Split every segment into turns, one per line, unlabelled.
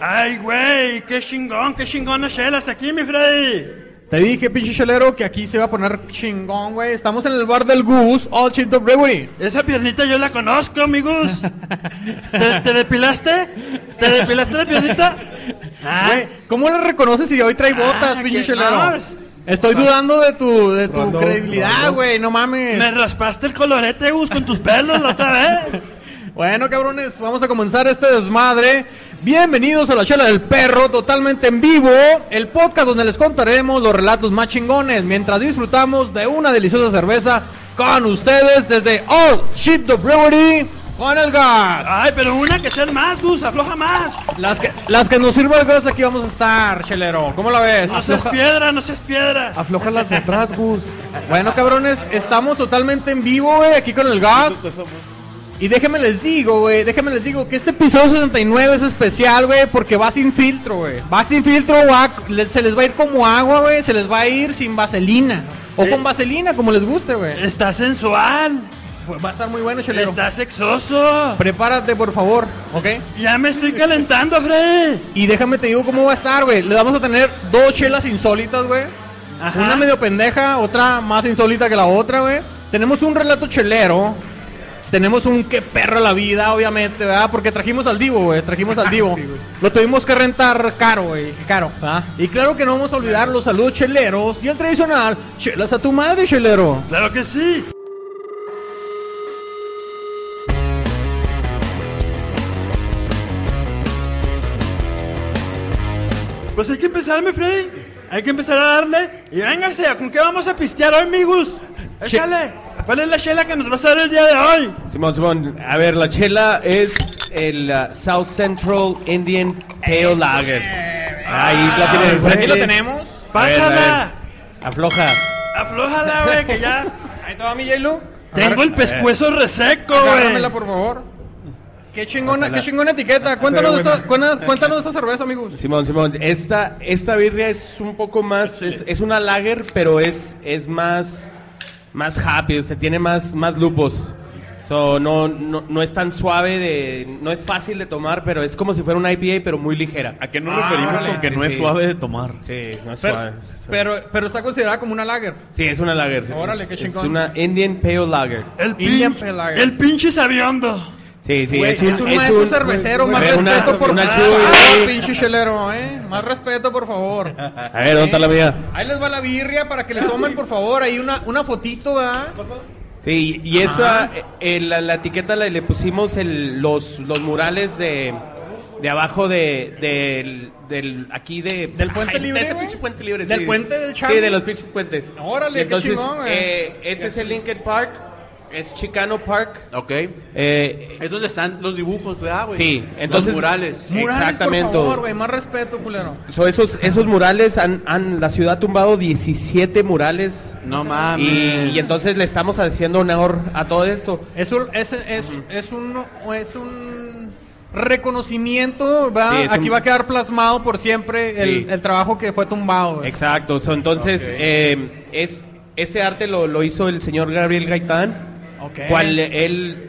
Ay, güey, qué chingón, qué chingón las chelas aquí, mi Freddy.
Te dije, pinche chelero, que aquí se va a poner chingón, güey. Estamos en el bar del Goose, All Shit Dog Brewery.
Esa piernita yo la conozco, amigos. ¿Te, te depilaste? ¿Te depilaste la piernita? Ah,
Güey, ¿Cómo le reconoces si hoy trae botas,
Ah,
pinche
que
chelero?
no, Pues, es-
Estoy dudando de tu, de tu
Rolón,
credibilidad,
rolón.
güey. No mames.
me raspaste el colorete, Gus, con tus pelos la otra vez.
Bueno, cabrones, vamos a comenzar este desmadre. Bienvenidos a la Chela del Perro, totalmente en vivo. El podcast donde les contaremos los relatos más chingones mientras disfrutamos de una deliciosa cerveza con ustedes desde All Ship the Brewery con el gas.
Ay, pero una que sean más, Gus, afloja más.
Las que, las que nos sirva el gas aquí vamos a estar, chelero. ¿Cómo la ves?
No seas piedra, no seas piedra.
Afloja las de atrás, Gus.
Bueno, cabrones, estamos totalmente en vivo, güey, aquí con el gas. Y déjenme les digo, güey, déjenme les digo que este episodio 69 es especial, güey, porque va sin filtro, güey. Va sin filtro, va- le- se les va a ir como agua, güey, se les va a ir sin vaselina. O
Eh.
con vaselina, como les guste, güey.
Está sensual.
Va a estar muy bueno, chelero.
Eh, Está sexoso.
Prepárate, por favor, ¿ok?
Ya me estoy calentando, Freddy.
Y déjame te digo cómo va a estar, güey. Le vamos a tener dos chelas insólitas, güey.
Ajá.
Una medio pendeja, otra más insólita que la otra, güey. Tenemos un relato chelero. Tenemos un qué perro la vida, obviamente, ¿verdad? Porque trajimos al Divo, güey. Trajimos al Divo. Lo tuvimos que rentar caro, güey. Caro. ¿verdad? Y claro que no vamos a olvidar los saludos cheleros y el tradicional. Chelas a tu madre, chelero.
Claro que sí. Pues hay que empezar, mi Freddy. Hay que empezar a darle. Y véngase, ¿con qué vamos a pistear hoy, amigos? Échale. ¿Cuál es la chela que nos vas a dar el día de hoy?
Simón, Simón. A ver, la chela es el ah, South Central Indian Pale Lager. Ahí la tienen
Por Ah,
enfrente.
aquí lo tenemos.
A ver, a ver.
Pásala.
Afloja.
Aflójala, güey, que ya.
Ahí te va mi J-Lo.
Tengo el pescuezo reseco, güey.
Agárramela, por favor. Qué chingona,
Pásala.
qué chingona etiqueta. Cuéntanos, de esta, cuéntanos, cuéntanos de esta cerveza, amigos.
Simón, Simón. Esta, esta birria es un poco más. Es, es una lager, pero es, es más. Más happy. O sea, tiene más, más lupos. So, no, no, no es tan suave, de, no es fácil de tomar, pero es como si fuera una IPA, pero muy ligera.
¿A qué nos
Ah,
referimos
órale.
con que no
Sí,
es
sí.
suave de tomar?
Sí, no es
Pero,
suave. es-
pero, pero está considerada como una lager.
Sí, es una lager.
Órale,
Es-
qué
Es
chingón.
una Indian Pale Lager.
El
Indian
pinche,
Pale Ale.
el pinche sabiondo.
Sí, sí,
Güey, es, un maestro cervecero, más
una-
respeto, por
una
favor.
chuy.
Ah, pinche chelero, eh. Más respeto, por favor.
A ver, ¿dónde está la mía?
Ahí les va la birria para que le tomen, por favor. Ahí una, una fotito, ¿verdad?
Sí, y y esa, eh, la, la etiqueta la- le pusimos el- los, los murales de, de abajo de, del, del- aquí de...
¿Del puente
Ay,
libre,
de ese
güey?
pinche puente libre,
¿Del
sí.
puente del Chango?
Sí, de los pinches puentes.
Órale,
Y
qué
entonces,
chingón, güey.
eh, ese es el Lincoln Park, es Chicano Park.
Ok.
Eh,
Es donde están los dibujos, ¿verdad, güey?
sí, entonces...
Los murales.
Murales,
Exactamente.
por favor, güey. Más respeto, culero.
So, esos, esos murales han, han- la ciudad ha tumbado 17 murales
No mames.
y, y entonces le estamos haciendo honor a todo esto.
Es un, es, es, es un, es un reconocimiento, ¿verdad?
Sí, es
Aquí
un-
va a quedar plasmado por siempre el,
Sí.
el trabajo que fue tumbado. güey.
Exacto. So, entonces eh, es ese arte lo, lo hizo el señor Gabriel Gaitán,
Ok.
cual él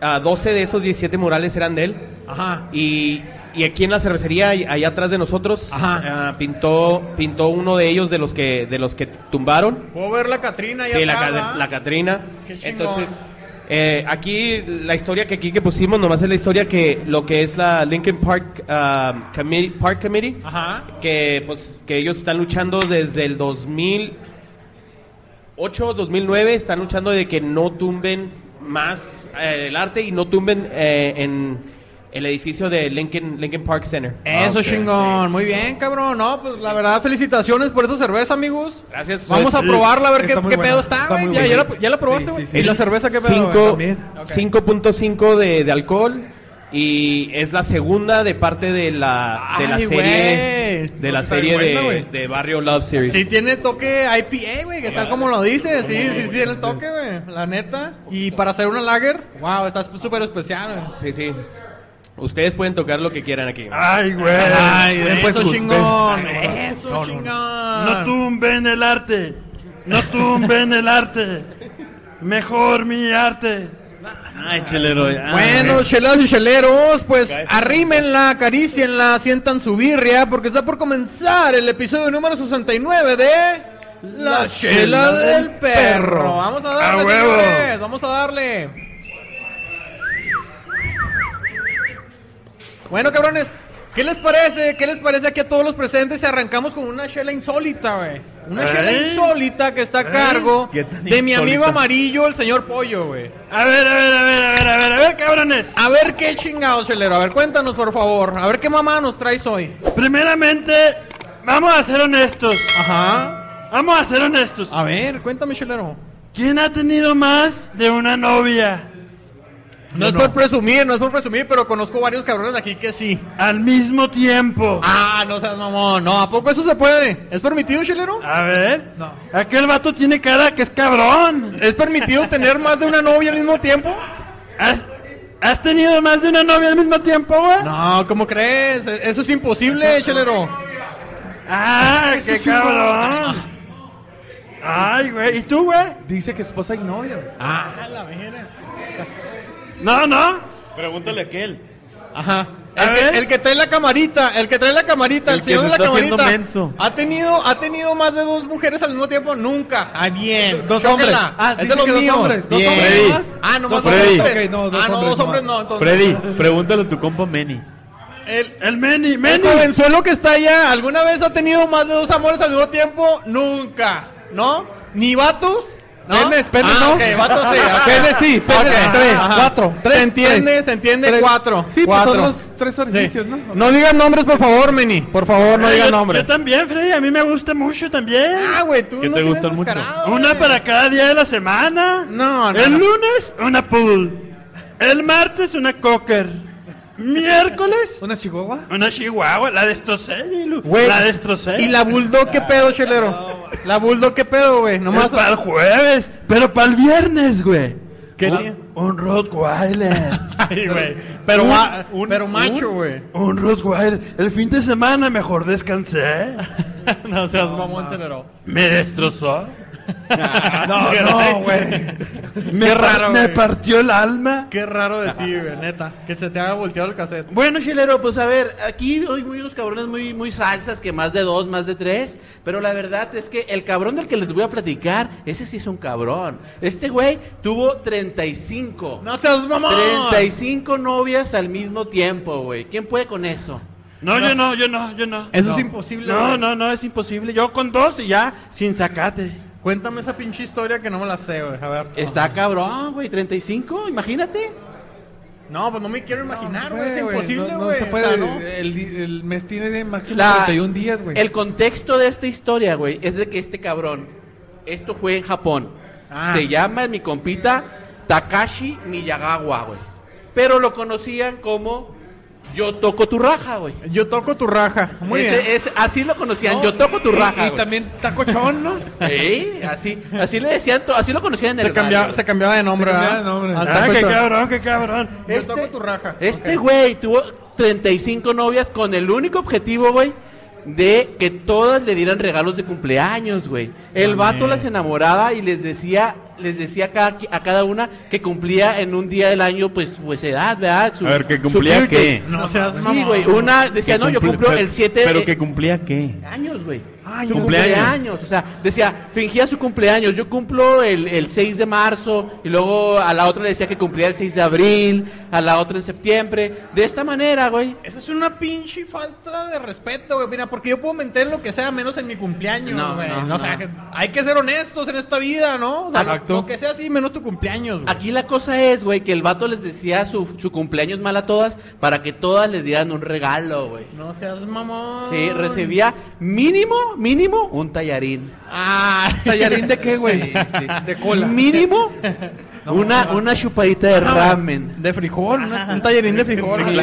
a 12 de esos 17 murales eran de él
Ajá.
y, y aquí en la cervecería y- allá atrás de nosotros
Ajá.
ah, pintó pintó uno de ellos de los que de los que tumbaron.
Puedo ver la Catrina ahí
Sí, la,
atrás,
Cat-
¿verdad?
la Catrina.
Qué chingón.
Entonces, eh, aquí la historia que aquí que pusimos nomás es la historia que lo que es la Lincoln Park um, Committee, Park Committee,
Ajá.
que pues que ellos están luchando desde el 2008, 2009, están luchando de que no tumben más eh, el arte y no tumben eh, en el edificio de Lincoln Lincoln Park Center.
Eso chingón, muy bien, cabrón. No, pues la verdad, felicitaciones por esta cerveza, amigos.
Gracias. pues,
Vamos a
Es-
probarla a ver qué,
Está muy
qué
buena,
pedo está,
está
güey.
muy
Ya, ya
buena.
la, ya la probaste, güey.
sí,
¿Y la cerveza qué pedo? güey?
Cinco-
También.
5.5 de, de alcohol y es la segunda de parte de la de la
Ay,
serie
güey.
de la
Está
serie
bien buena,
de,
güey.
de Barrio Love Series.
Sí tiene toque IPA, güey, que tal como lo dices. Sí, sí, sí tiene el toque, güey, la neta. Y para hacer una lager, wow, está súper especial, güey.
Sí, sí. Ustedes pueden tocar lo que quieran aquí.
Ah,
Ay, güey.
eso
Gus,
chingón,
ven.
eso chingón. Ah.
No tumben el arte. No tumben el arte. Mejor mi arte.
Ay, chelero. ya.
Ah, Bueno, chelados y cheleros, pues arrímenla, acarícienla, sientan su birria, porque está por comenzar el episodio número 69 de La Chela del Perro. Vamos a darle, señores, vamos a darle. Bueno, cabrones, ¿qué les parece? ¿Qué les parece aquí a todos los presentes si arrancamos con una chela insólita, güey? Una chela
¿Eh?
insólita que está a cargo
¿Qué tan
de mi amigo
insólita?
amarillo, el señor Pollo, güey.
A ver, a ver, a ver, a ver, a ver, a ver, cabrones.
A ver qué chingados, chelero. A ver, cuéntanos, por favor. A ver qué mamá nos traes hoy.
Primeramente, vamos a ser honestos.
Ajá.
Vamos a ser honestos.
A ver, cuéntame, chelero.
¿Quién ha tenido más de una novia
No, es por presumir, no es por presumir, pero conozco varios cabrones de aquí que sí.
al mismo tiempo?
Ah, no seas mamón. No, ¿a poco eso se puede? ¿Es permitido, chelero?
A ver. Aquel vato tiene cara que es cabrón.
¿Es permitido tener más de una novia al mismo tiempo?
¿Has, has tenido más de una novia al mismo tiempo, güey?
No, ¿cómo crees? E- Eso es imposible, chelero.
Ah, qué cabrón. Ay, güey. ¿Y tú, güey?
Dice que esposa y novia, güey.
Ah, la vera.
No, no.
Pregúntale a aquel.
Ajá.
A
El
ver.
que, el que trae la camarita, el que trae la camarita, el,
El que
señor de
se
la
está haciendo
camarita.
menso.
Ha tenido, ha tenido más de dos mujeres al mismo tiempo, nunca. Ah, bien.
Dos
Chócala.
hombres. Ah,
es
dice
de los
que dos
míos.
hombres. ¿Dos
Bien.
hombres nomás?
Ah, no más
Dos
dos
hombres.
hombres.
Ok, no, dos
ah, no,
hombres
dos hombres
nomás.
no. Entonces,
Freddy, pregúntale a tu compa Manny.
El,
El Meni,
el
Meni.
jovenzuelo que está allá, ¿alguna vez ha tenido más de dos amores al mismo tiempo? Nunca. ¿No? ¿Ni vatos? ¿No?
Penes, penes,
ah,
¿no?
ok, vatos sí. ok.
Penes sí, penes,
Ok.
tres,
Ajá.
cuatro, tres,
Se entiende,
tres.
se entiende,
Tres.
cuatro.
Sí, pues
cuatro.
son los tres orificios, ¿no?
No digan nombres, por favor, Meni. Por favor, no
Eh,
digan
yo-
nombres.
Yo también, Freddy. A mí me gusta mucho también.
Ah, güey, tú
Que
no
te
tienes
gustan mucho.
descarado,
Una
güey.
para cada día de la semana.
No, no,
El
no.
lunes, una pool. El martes, una cocker. Miércoles,
¿Una chihuahua?
una chihuahua. La destrocé, Lilu.
Güey,
La destrocé.
¿Y la bulldog qué pedo, chelero? La bulldog qué pedo, güey. Nomás.
para el jueves, pero para el viernes, güey.
¿Qué
Un-
día?
Un Rottweiler.
Ay, güey.
Pero,
un-
ma-
un-
pero macho, güey.
un Rottweiler. El fin de semana mejor descansé.
no seas
Mamón, chelero.
Me destrozó.
No,
no, güey. Me,
raro,
me
güey.
partió el alma.
Qué raro de ti, güey, neta. Que se te haga volteado el cassette.
Bueno, chilero, pues a ver, aquí hoy muy unos cabrones muy, muy salsas, que más de dos, más de tres, pero la verdad es que el cabrón del que les voy a platicar, ese sí es un cabrón. Este güey tuvo 35.
No seas mamón.
35 novias al mismo tiempo, güey. ¿Quién puede con eso?
No, yo no, yo no, yo no.
Eso es imposible.
No,
güey.
no, no, es imposible. Yo con dos y ya, sin sacate.
Cuéntame esa pinche historia que no me la sé, güey. A ver.
Está cabrón, güey, 35, imagínate.
No, pues no me quiero imaginar,
No,
güey. Es
güey,
imposible, güey.
No, no se
O
puede.
sea, ¿no?
el, di- el mes tiene de máximo
La-
31 días, güey.
El contexto de esta historia, güey, es de que este cabrón, esto fue en Japón.
Ah.
Se llama mi compita Takashi Miyagawa, güey. Pero lo conocían como Yo toco tu raja, güey.
Yo toco tu raja. Muy
Ese-
bien.
ese- así lo conocían,
No,
yo toco tu
y-
raja.
Y,
güey. Ah,
también tacochón, ¿no?
Ey, así, así le decían, to- así lo conocían en el
Se, cambiaba,
barrio,
se cambiaba de nombre,
Se cambiaba
¿verdad?
de nombre.
Hasta
ah, qué
pues,
cuesta-
cabrón, qué cabrón.
güey.
Yo toco tu raja.
Este
Ok.
güey tuvo 35 novias con el único objetivo, güey, de que todas le dieran regalos de cumpleaños, güey. El vato las enamoraba y les decía, les decía a cada, qui- a cada una que cumplía en un día del año, pues, pues edad, ¿verdad? Su-
A ver, ¿que
su
cumplía
birthday.
qué?
No seas
Sí,
mamón.
güey. Una decía,
Que
no, yo
cumple-
cumplo
pero-
el 7
¿Pero
eh,
que cumplía qué?
años, güey.
Años.
Su cumpleaños, o sea, decía, fingía su cumpleaños, yo cumplo el, el 6 de marzo, y luego a la otra le decía que cumplía el 6 de abril, a la otra en septiembre, de esta manera, güey.
Esa es una pinche falta de respeto, güey. Mira, porque yo puedo meter lo que sea menos en mi cumpleaños,
No,
güey.
no,
No, o sea,
no.
que- hay que ser honestos en esta vida, ¿no? O sea,
Exacto.
lo que sea así menos tu cumpleaños, güey.
Aquí la cosa es, güey, que el vato les decía su, su cumpleaños mal a todas para que todas les dieran un regalo, güey.
No seas mamón.
Sí, recibía mínimo, mínimo, un tallarín.
Ah,
¿Tallarín de qué, güey? De cola.
Mínimo, una, una chupadita de ramen.
De frijol, una- un tallerín de frijol. güey.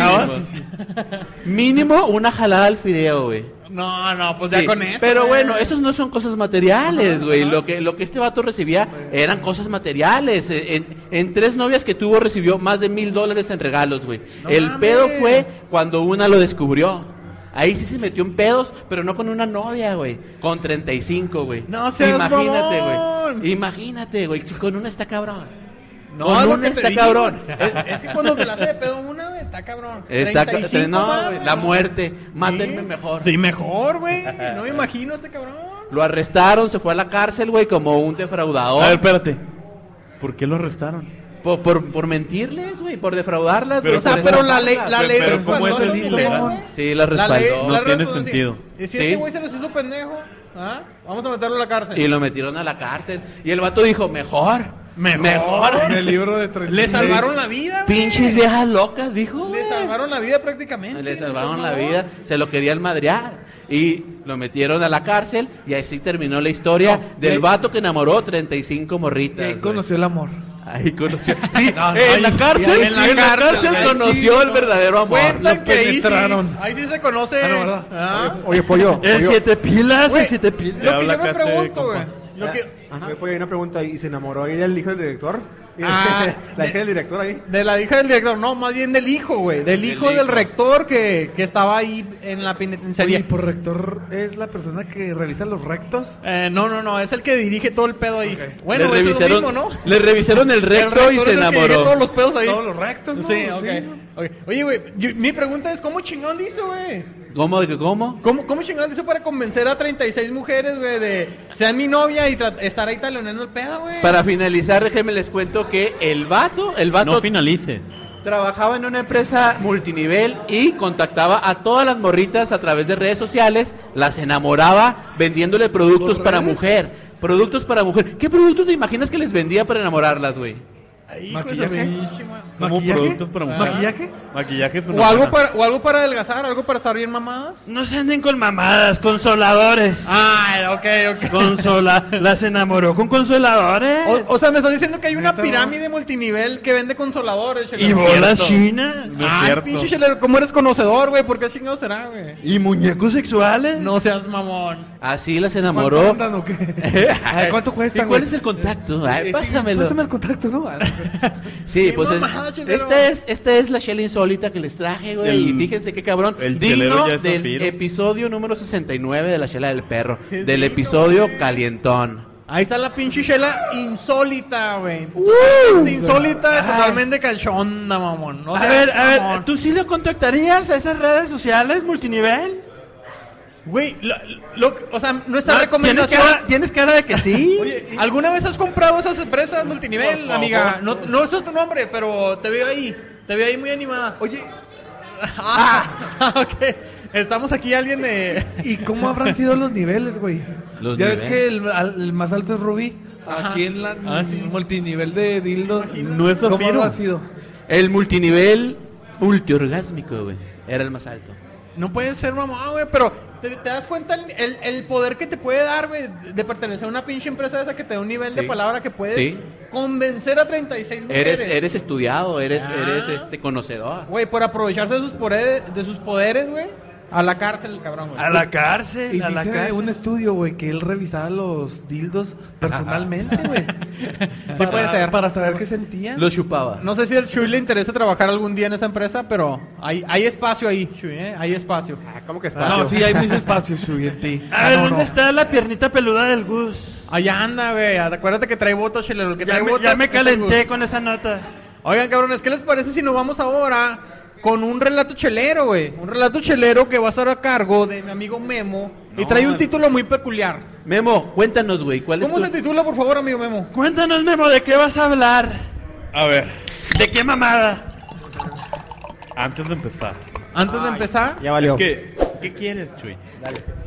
Mínimo, una jalada al fideo, güey.
No, no, pues
Sí,
ya con eso.
Pero
güey.
bueno, esos no son cosas materiales, güey. Lo que, lo que este vato recibía eran cosas materiales. Eh, En, en tres novias que tuvo recibió más de mil dólares en regalos, güey.
No
El
mames.
pedo fue cuando una lo descubrió. Ahí sí se metió en pedos, pero no con una novia, güey. Con 35, güey.
No seas
Imagínate,
mamón.
güey. Imagínate, güey. Si con una está cabrón. No, con
lo
una
que te
está
digo.
cabrón.
Es, es que cuando te la hace de pedo una, güey, está cabrón.
Está,
35
no,
varos,
güey, la muerte. Mátenme
Sí.
mejor.
Sí, mejor, güey. No me imagino a este cabrón.
Lo arrestaron, se fue a la cárcel, güey, como un defraudador.
A ver, espérate. ¿Por qué lo arrestaron?
Por, por, por mentirles, güey, por defraudarlas.
Pero,
güey,
o sea,
por
pero
estafarlas.
la ley- la ley
pero
de
como es
respaldó,
el
¿no?
ilegal.
Sí, las
La
respaldó.
ley- la
No tiene
reproducción.
sentido.
Y si
Sí.
este güey se los hizo pendejo, ¿ah? vamos a meterlo a la cárcel.
Y lo metieron a la cárcel. Y el vato dijo, mejor.
Mejor.
En el libro de tre-
Le salvaron la vida, güey.
Pinches viejas locas, dijo.
Le
güey.
salvaron la vida prácticamente.
Le salvaron
Son
la
mamón.
vida, se lo querían madrear. Y lo metieron a la cárcel y así terminó la historia del vato que enamoró 35
Y
morritas.
ahí
güey.
conoció el amor.
Ahí conoció. Sí,
No, no,
en la
ahí-
cárcel,
en la
sí, en la
cárcel,
cárcel
ahí sí,
conoció el verdadero amor.
Cuentan
Lo
que ahí sí,
penetraron.
ahí sí se conoce.
Ah, no, ¿verdad?
¿ah?
Oye, pollo.
El
pollo,
siete pilas,
Güey,
el siete pilas.
Lo que yo me pregunto, güey. Lo
Ah,
que-
oye, pollo, hay una pregunta. ¿Y se enamoró ella el hijo del director?
Ah,
la hija del director ahí.
De la hija del director, no, más bien del hijo, güey. Del hijo del rector que, que estaba ahí en la
Oye,
penitenciaría.
¿Y por rector es la persona que realiza los rectos?
Eh, no, no, no, es el que dirige todo el pedo ahí.
Ok.
Bueno,
le,
eso es lo mismo,
revisaron,
¿no?
le revisaron el recto
rector
y
es
se
el que dirige
enamoró.
todos los pedos ahí.
Todos los rectos, ¿no?
Sí, ok.
¿no?
ok. Oye, güey, yo- mi pregunta es: ¿cómo chingón le hizo, güey?
¿Cómo? de que ¿Cómo?
¿Cómo, ¿Cómo chingón le hizo para convencer a 36 mujeres, güey, de sean mi novia y tra- estar ahí taloneando el pedo, güey?
Para finalizar, déjenme les cuento que el vato, el vato
No finalices.
Trabajaba en una empresa multinivel y contactaba a todas las morritas a través de redes sociales, las enamoraba vendiéndole productos para mujer. Productos para mujer. ¿Qué productos te imaginas que les vendía para enamorarlas, güey?
Ay, hijo de su
¿Maquillaje?
pinchísima.
Como
¿Maquillaje?
productos para mujer.
¿Maquillaje?
Maquillaje es una
O algo,
buena.
para, o algo para adelgazar, algo para estar bien mamadas.
No se anden con mamadas, consoladores.
Ah, ok, ok.
Consola, las enamoró con consoladores.
O, o sea, me estás diciendo que hay una
Neta, no.
pirámide multinivel que vende consoladores,
y
chelero.
bolas chinas. Ah,
No es
Ay,
cierto.
pinche chelero, ¿cómo eres conocedor, güey? ¿Por qué chingado será, güey?
Y muñecos sexuales.
No seas mamón.
Así las
¿Cuánto
enamoró.
andan o qué? Ay, ¿Cuánto Eh, cuesta?
¿Y cuál es el contacto? Ay, pásamelo.
Pásame el contacto, ¿no?
Sí,
Qué
pues es-
mamada, chelero.
esta es esta es la Shell insólita que les traje, güey.
El-
y fíjense qué cabrón.
el
digno
chelero ya es
del
zafiro.
episodio número 69 de la Shela del Perro, del episodio calientón.
Ahí está la pinche chela insólita,
Uh,
güey. Totalmente insólita, totalmente calchonda, mamón. No
A
seas
ver, a ver,
mamón.
¿tú sí le contactarías a esas redes sociales multinivel?
Güey, lo, lo- o sea, nuestra
No, ¿tienes,
recomendación...
cara, tienes cara de que sí.
Oye, ¿y- ¿alguna vez has comprado esas empresas multinivel, amiga? No, no sé tu nombre, pero te veo ahí. Te veo ahí muy animada. Oye. Ah, ok. Estamos aquí alguien de.
¿Y cómo habrán sido los niveles, güey?
Los
ya ves
niveles.
que el, al- el más alto es Rubí. Aquí en la multinivel de Dildo.
No es
¿Cómo
zafiro.
habrá sido?
El multinivel multiorgásmico, güey. Era el más alto.
No pueden ser mamá, güey, pero te, te das cuenta el, el- el poder que te puede dar, güey, de pertenecer a una pinche empresa esa que te da un nivel de
Sí.
palabra que puedes
Sí.
convencer a 36 mujeres.
Eres, eres estudiado, eres,
Ah.
eres este conocedor.
Güey, por aprovecharse de sus poderes, de sus poderes, güey, a la cárcel, cabrón, güey.
A la
Y
cárcel, a la
dice
cárcel.
un estudio, güey, que él revisaba los dildos personalmente, güey. sí
puede ser.
Para saber qué sentían.
Lo chupaba.
No sé si al Chuy le interesa trabajar algún día en esa empresa, pero hay, hay espacio ahí, Chuy, ¿eh? Hay espacio.
¿Cómo que
Ah, No, sí, hay mucho espacio, Shui, en ti.
A
Ah,
ver,
no,
¿dónde
no.
está la piernita peluda del Gus?
Allá anda, güey. Acuérdate que trae botas, chelero. el que
Ya
trae
me,
botas
ya me
es el
calenté con esa nota.
Gus. Oigan, cabrones, ¿qué les parece si nos vamos ahora con un relato chelero, güey? Un relato chelero que va a estar a cargo de mi amigo Memo. y trae un título muy peculiar.
Memo, cuéntanos, güey, ¿cuál
¿Cómo se
es tu...
titula, por favor, amigo Memo?
Cuéntanos, Memo, ¿de qué vas a hablar?
A ver,
¿De qué mamada?
antes de empezar.
Antes de empezar.
Ya valió.
¿Qué, qué quieres, Chuy?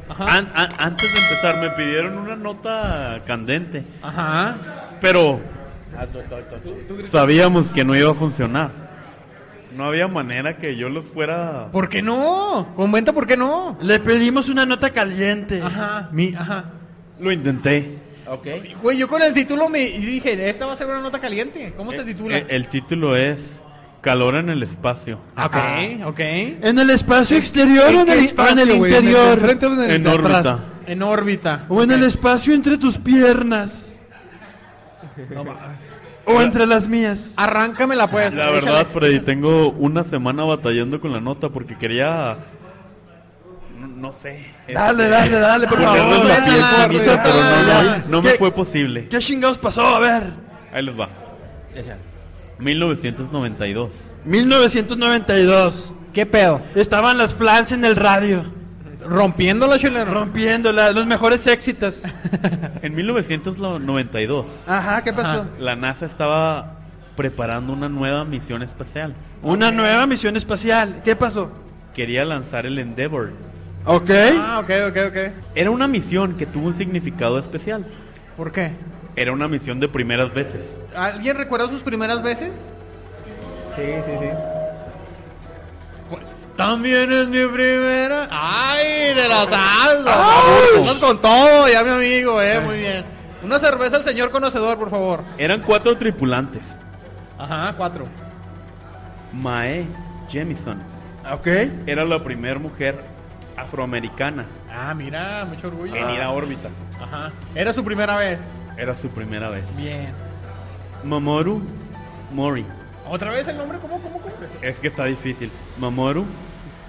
Ajá.
An- an- antes de empezar, me pidieron una nota candente.
Ajá.
Pero sabíamos que no iba a funcionar. No había manera que yo los fuera.
¿Por qué no? Comenta por qué no.
Le pedimos una nota caliente.
Ajá. Mi, ajá.
Lo intenté.
Ok.
Güey, yo con el título me y dije, esta va a ser una nota caliente. ¿Cómo se titula?
Eh, el título es Calor en el espacio.
Ah, ok, ok.
¿En el espacio exterior o en el, o en el
Espacio, güey, en el de
interior?
enfrente o en el
En
de atrás.
órbita.
En órbita.
¿O en el espacio entre tus piernas? ¿O entre las mías?
Arráncamela, pues.
La verdad, Freddy, tengo una semana batallando con la nota porque quería. No, no sé.
Dale,
este,
dale, dale, por
ponerles
favor.
la piel
Dale,
finita,
dale,
pero no,
dale.
no, no me
¿Qué-
fue posible.
¿Qué chingados pasó? A ver.
Ahí les va. 1992.
1992.
¿Qué pedo?
Estaban las flans en el radio,
Rompiéndola, chileno.
rompiéndola, los mejores éxitos.
En 1992,
Ajá, ¿qué pasó?
la NASA estaba preparando una nueva misión espacial.
Una nueva misión espacial. ¿Qué pasó?
Quería lanzar el Endeavour.
Ok.
Ah, ok, ok, ok.
Era una misión que tuvo un significado especial.
¿Por qué?
Era una misión de primeras veces.
¿Alguien recuerda sus primeras veces? Sí, sí, sí. También es mi primera. ¡Ay! ¡De las almas! con todo, ya mi amigo, eh, muy bien. Una cerveza al señor conocedor, por favor.
Eran cuatro tripulantes.
Ajá, cuatro.
Mae Jemison
Ok.
era la primera mujer afroamericana
Ah, mira, mucho orgullo.
en ir a órbita.
Ajá. Era su primera vez.
Era su primera vez.
Bien.
Mamoru Mori.
¿Otra vez el nombre? ¿Cómo, cómo, cómo?
Es que está difícil. Mamoru.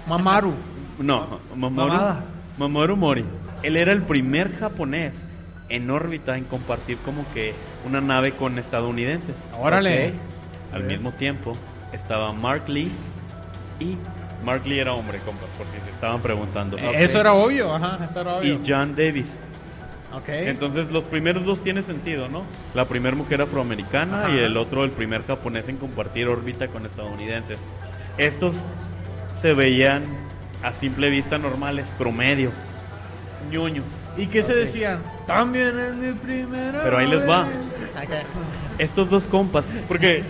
Mamaru.
No, Mamoru.
Mamada.
Mamoru Mori. Él era el primer japonés en órbita en compartir como que una nave con estadounidenses.
Órale.
Al mismo tiempo estaba Mark Lee y Mark Lee era hombre, compa, por si se estaban preguntando.
Eh, Eso era obvio, ajá, eso era obvio.
Y John Davis.
Ok.
Entonces los primeros dos tiene sentido, ¿no? La primera mujer afroamericana
Ajá.
y el otro el primer japonés en compartir órbita con estadounidenses. Estos se veían a simple vista normales, promedio, ñoños.
¿Y qué se decían? También es mi primera
Pero ahí les va.
vez. Ok.
Estos dos compas, porque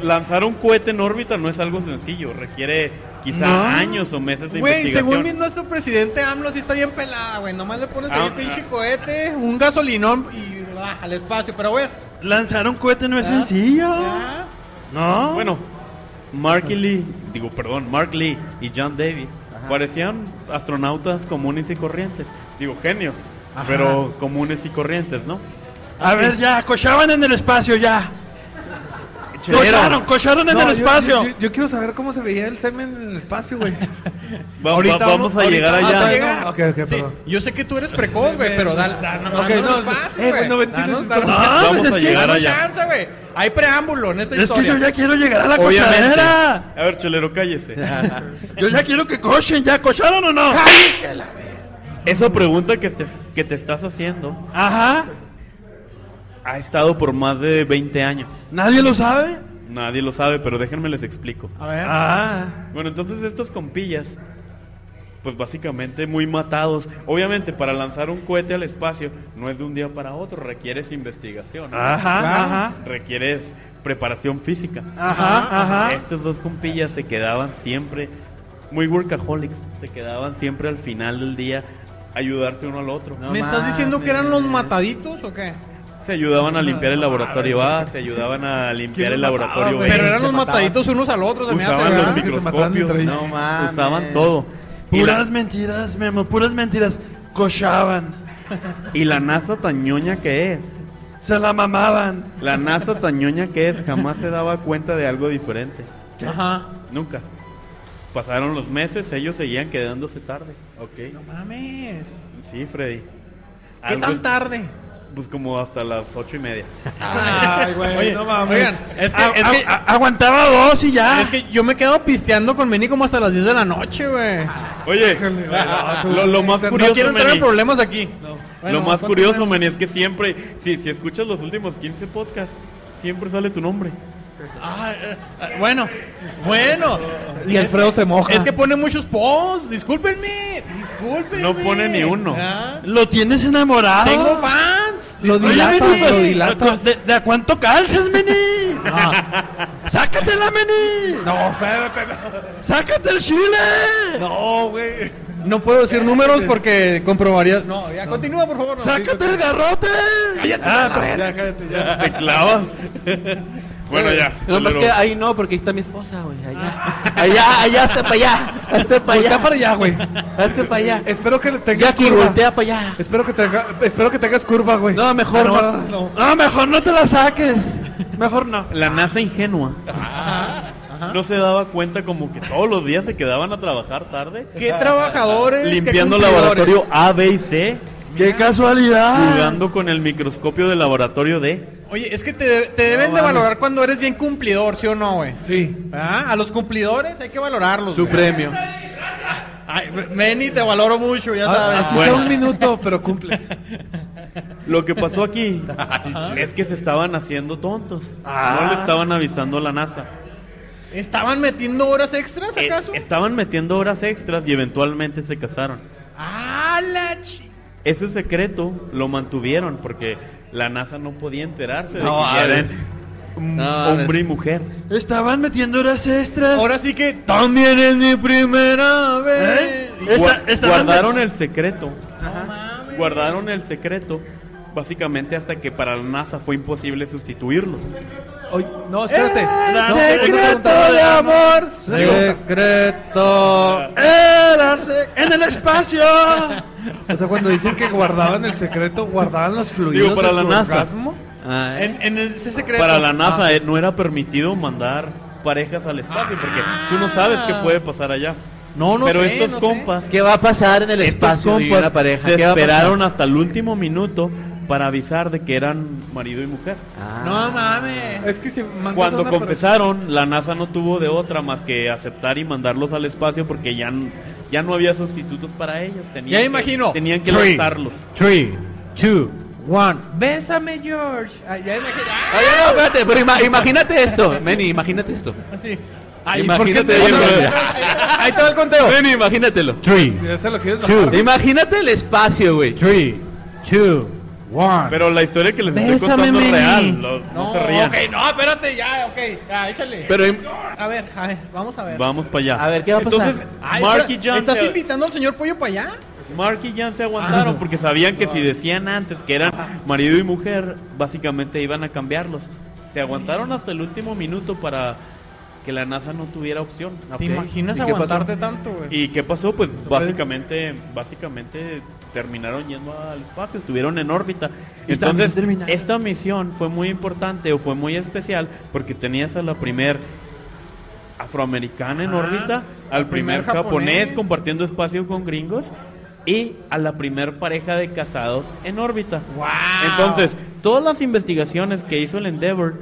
lanzar un cohete en órbita no es algo sencillo, requiere quizá
No.
años o meses de
Güey,
investigación.
según mi nuestro presidente AMLO sí está bien pelada, güey. Nomás le pones ahí
Ah,
un pinche
ah.
cohete, un gasolinón y ah, al espacio. Pero bueno.
Lanzar un cohete no es
¿Ya?
sencillo.
¿Ya?
No.
Bueno, Mark y Lee, digo, perdón, Mark Lee y John Davis parecían astronautas comunes y corrientes. Digo, genios, pero comunes y corrientes, ¿no?
A ver, ya, cochaban en el espacio, ya. Cocharon, cocharon en
No,
el
yo-
espacio.
Yo, yo quiero saber cómo se veía el semen en el espacio, güey.
Va-
Ahorita
va- vamos a
ahorita
llegar
vamos
allá.
a llegar.
Ah, ok, ok,
Sí,
perdón.
Yo sé que tú eres precoz, güey, pero dale, dale, no,
Ok,
danos
no,
espacio,
eh,
güey.
no ventiles
Danos-
esas
danos-
cosas.
Ah,
Vamos
pues
a
es que-
llegar
danos
allá.
chance, güey. Hay preámbulo en esta
Es que
historia.
yo ya quiero llegar a la
Obviamente.
cochadera.
A ver, cholero, cállese.
Yo ya quiero que cochen, ya, ¿cocharon o no?
Esa pregunta que te, que te estás haciendo
Ajá.
ha estado por más de 20 años.
¿Nadie lo sabe?
Nadie lo sabe, pero déjenme les explico.
A ver.
Ah.
Bueno, entonces estos compillas, pues básicamente muy matados. Obviamente, para lanzar un cohete al espacio no es de un día para otro, requieres investigación. ¿no?
Ajá,
Claro.
ajá.
Requieres preparación física.
Ajá, Ah, ajá.
Estos dos compillas se quedaban siempre, muy workaholics, se quedaban siempre al final del día a ayudarse uno al otro.
¿Me estás diciendo que eran los mataditos o qué?
Se ayudaban a limpiar el laboratorio A, se ayudaban a limpiar el laboratorio B.
Pero eran los mataditos unos al otro, se me hace,
usaban los
¿verdad?
Que se mataban
microscopios,
entre
no
ellos.
mames. usaban
Mames.
todo. Y la-
Puras mentiras, Memo, puras mentiras. Cochaban,
Y la NASA tan ñoña que es,
se la mamaban.
la NASA tan ñoña que es, jamás se daba cuenta de algo diferente.
Ajá.
Nunca. Pasaron los meses, ellos seguían quedándose tarde.
No mames.
Sí, Freddy.
¿Qué
Algo
tan
es-
tarde?
Pues como hasta las ocho y media.
Ay, güey, no mames.
Oigan, es que,
A-
es,
a-
que,
a- aguantaba dos y ya.
es que yo me quedo pisteando con Meni como hasta las 10 de la noche, güey. Ah,
Oye, lo, lo más
No
curioso,
quiero entrar en
Meni,
problemas aquí. Bueno,
lo más
¿cuánto
curioso,
tenemos?
Meni, es que siempre, si, si escuchas los últimos 15 podcasts, siempre sale tu nombre.
Ah, eh, ah, bueno, bueno.
Y Alfredo se moja.
Es que pone muchos posts, discúlpenme, discúlpenme.
No pone ni uno.
Ah,
¿Lo tienes enamorado?
Tengo fans.
lo
Oye,
dilatas,
Meni,
lo dilatas. Ah.
¿De, de a cuánto calzas, Meni? ¡Sácatela, Meni!
No, espérame, espérame.
¡Sácate el chile!
no, güey.
No puedo decir números porque comprobaría. No, ya continúa, por favor. no.
¡Sácate el garrote!
Ah, ya, cállate, ya.
Te clavas. bueno, ya.
No, más
Pero-
que ahí no, porque ahí está mi esposa, güey. Allá, allá, allá, hasta para allá. Hasta para
Voltea
allá.
para allá, güey.
Hasta para allá.
Espero que le tengas
Jackie,
curva.
voltea para allá.
Espero que, tenga, espero que tengas curva, güey.
No, mejor
Ah, no.
no.
No, mejor no te la saques. Mejor no.
La NASA ingenua no se daba cuenta como que todos los días se quedaban a trabajar tarde
Qué trabajadores. qué
limpiando
cumplidores.
laboratorio A, B y C,
¡Qué casualidad!
Ah.
jugando con el microscopio del laboratorio D.
Oye, es que te, te deben de valorar cuando eres bien cumplidor, ¿sí o no, güey?
Sí.
¿Verdad? A los cumplidores hay que valorarlos.
Su
güey.
premio.
Ay, Meni, te valoro mucho,
Ah,
ya sabes.
Así sea un minuto, pero cumples.
Lo que pasó aquí es que se estaban haciendo tontos.
Ah.
No le estaban avisando a la NASA.
¿Estaban metiendo horas extras
Eh,
acaso?
estaban metiendo horas extras y eventualmente se casaron.
¡Ah, la chi-
Ese secreto lo mantuvieron porque la NASA no podía enterarse de
No,
que eran
mames.
un
No,
hombre y mujer.
Estaban metiendo horas extras.
Ahora sí que también es mi primera vez.
¿Eh? Esta-
Gua-
estaban
guardaron el secreto. Guardaron el secreto básicamente hasta que para la NASA fue imposible sustituirlos.
Oye, no, espérate. No,
¡Eh! Secreto de amor.
Digo,
Secreto.
Eras en el espacio.
O sea, cuando dicen que guardaban el secreto, guardaban los fluidos
Digo, para
de
la
su
NASA.
orgasmo.
En, en ese secreto.
Para la NASA eh, no era permitido mandar parejas al espacio porque tú no sabes qué puede pasar allá.
No, no
Pero
sé,
estos
no sé.
compas
¿Qué va a pasar en el
Estos
espacio de
compas
una pareja?
se
¿Qué va a pasar?
esperaron hasta el último minuto para avisar de que eran marido y mujer.
Ah, No mames.
Es que si mandas a
Cuando
una
confesaron, la NASA no tuvo de otra más que aceptar y mandarlos al espacio porque ya, n- ya no había sustitutos para ellos. Tenían
Ya
que,
imagino.
Tenían que
Three.
lanzarlos.
3, 2, 1.
Bésame, George. Ay, ya imagino.
Oye, no, espérate, pero ima- imagínate esto, Meni, imagínate esto.
Ay, ¿por qué
imagínate
te-
esto.
Ahí te va el conteo.
Meni, imagínatelo.
3,
Ya se lo quieres
Two.
bajar.
Imagínate el espacio, güey.
3, 2, 1.
Pero la historia que les estoy
Bésame,
contando
Meni.
es real. lo- no, se rían.
Ok, no, espérate, ya, ok. Ya, échale.
Pero im-
a ver, a ver, vamos a ver.
Vamos para allá.
A ver, ¿qué va a pasar?
Entonces,
Ay,
Mark
pero,
y Jan
¿Estás
se-
invitando al señor Pollo para allá?
Mark y Jan se
Ah.
aguantaron porque sabían que si decían antes que eran marido y mujer, básicamente iban a cambiarlos. Se aguantaron hasta el último minuto para que la NASA no tuviera opción.
Ok. ¿Y qué pasó?
aguantarte tanto, güey?
¿Y qué pasó? Pues básicamente, básicamente terminaron yendo al espacio, estuvieron en órbita. Entonces, esta misión fue muy importante o fue muy especial porque tenías a la primer afroamericana en órbita, al primer,
primer
japonés,
japonés.
compartiendo espacio con gringos y a la primer pareja de casados en órbita.
¡Wow!
Entonces, todas las investigaciones que hizo el Endeavour,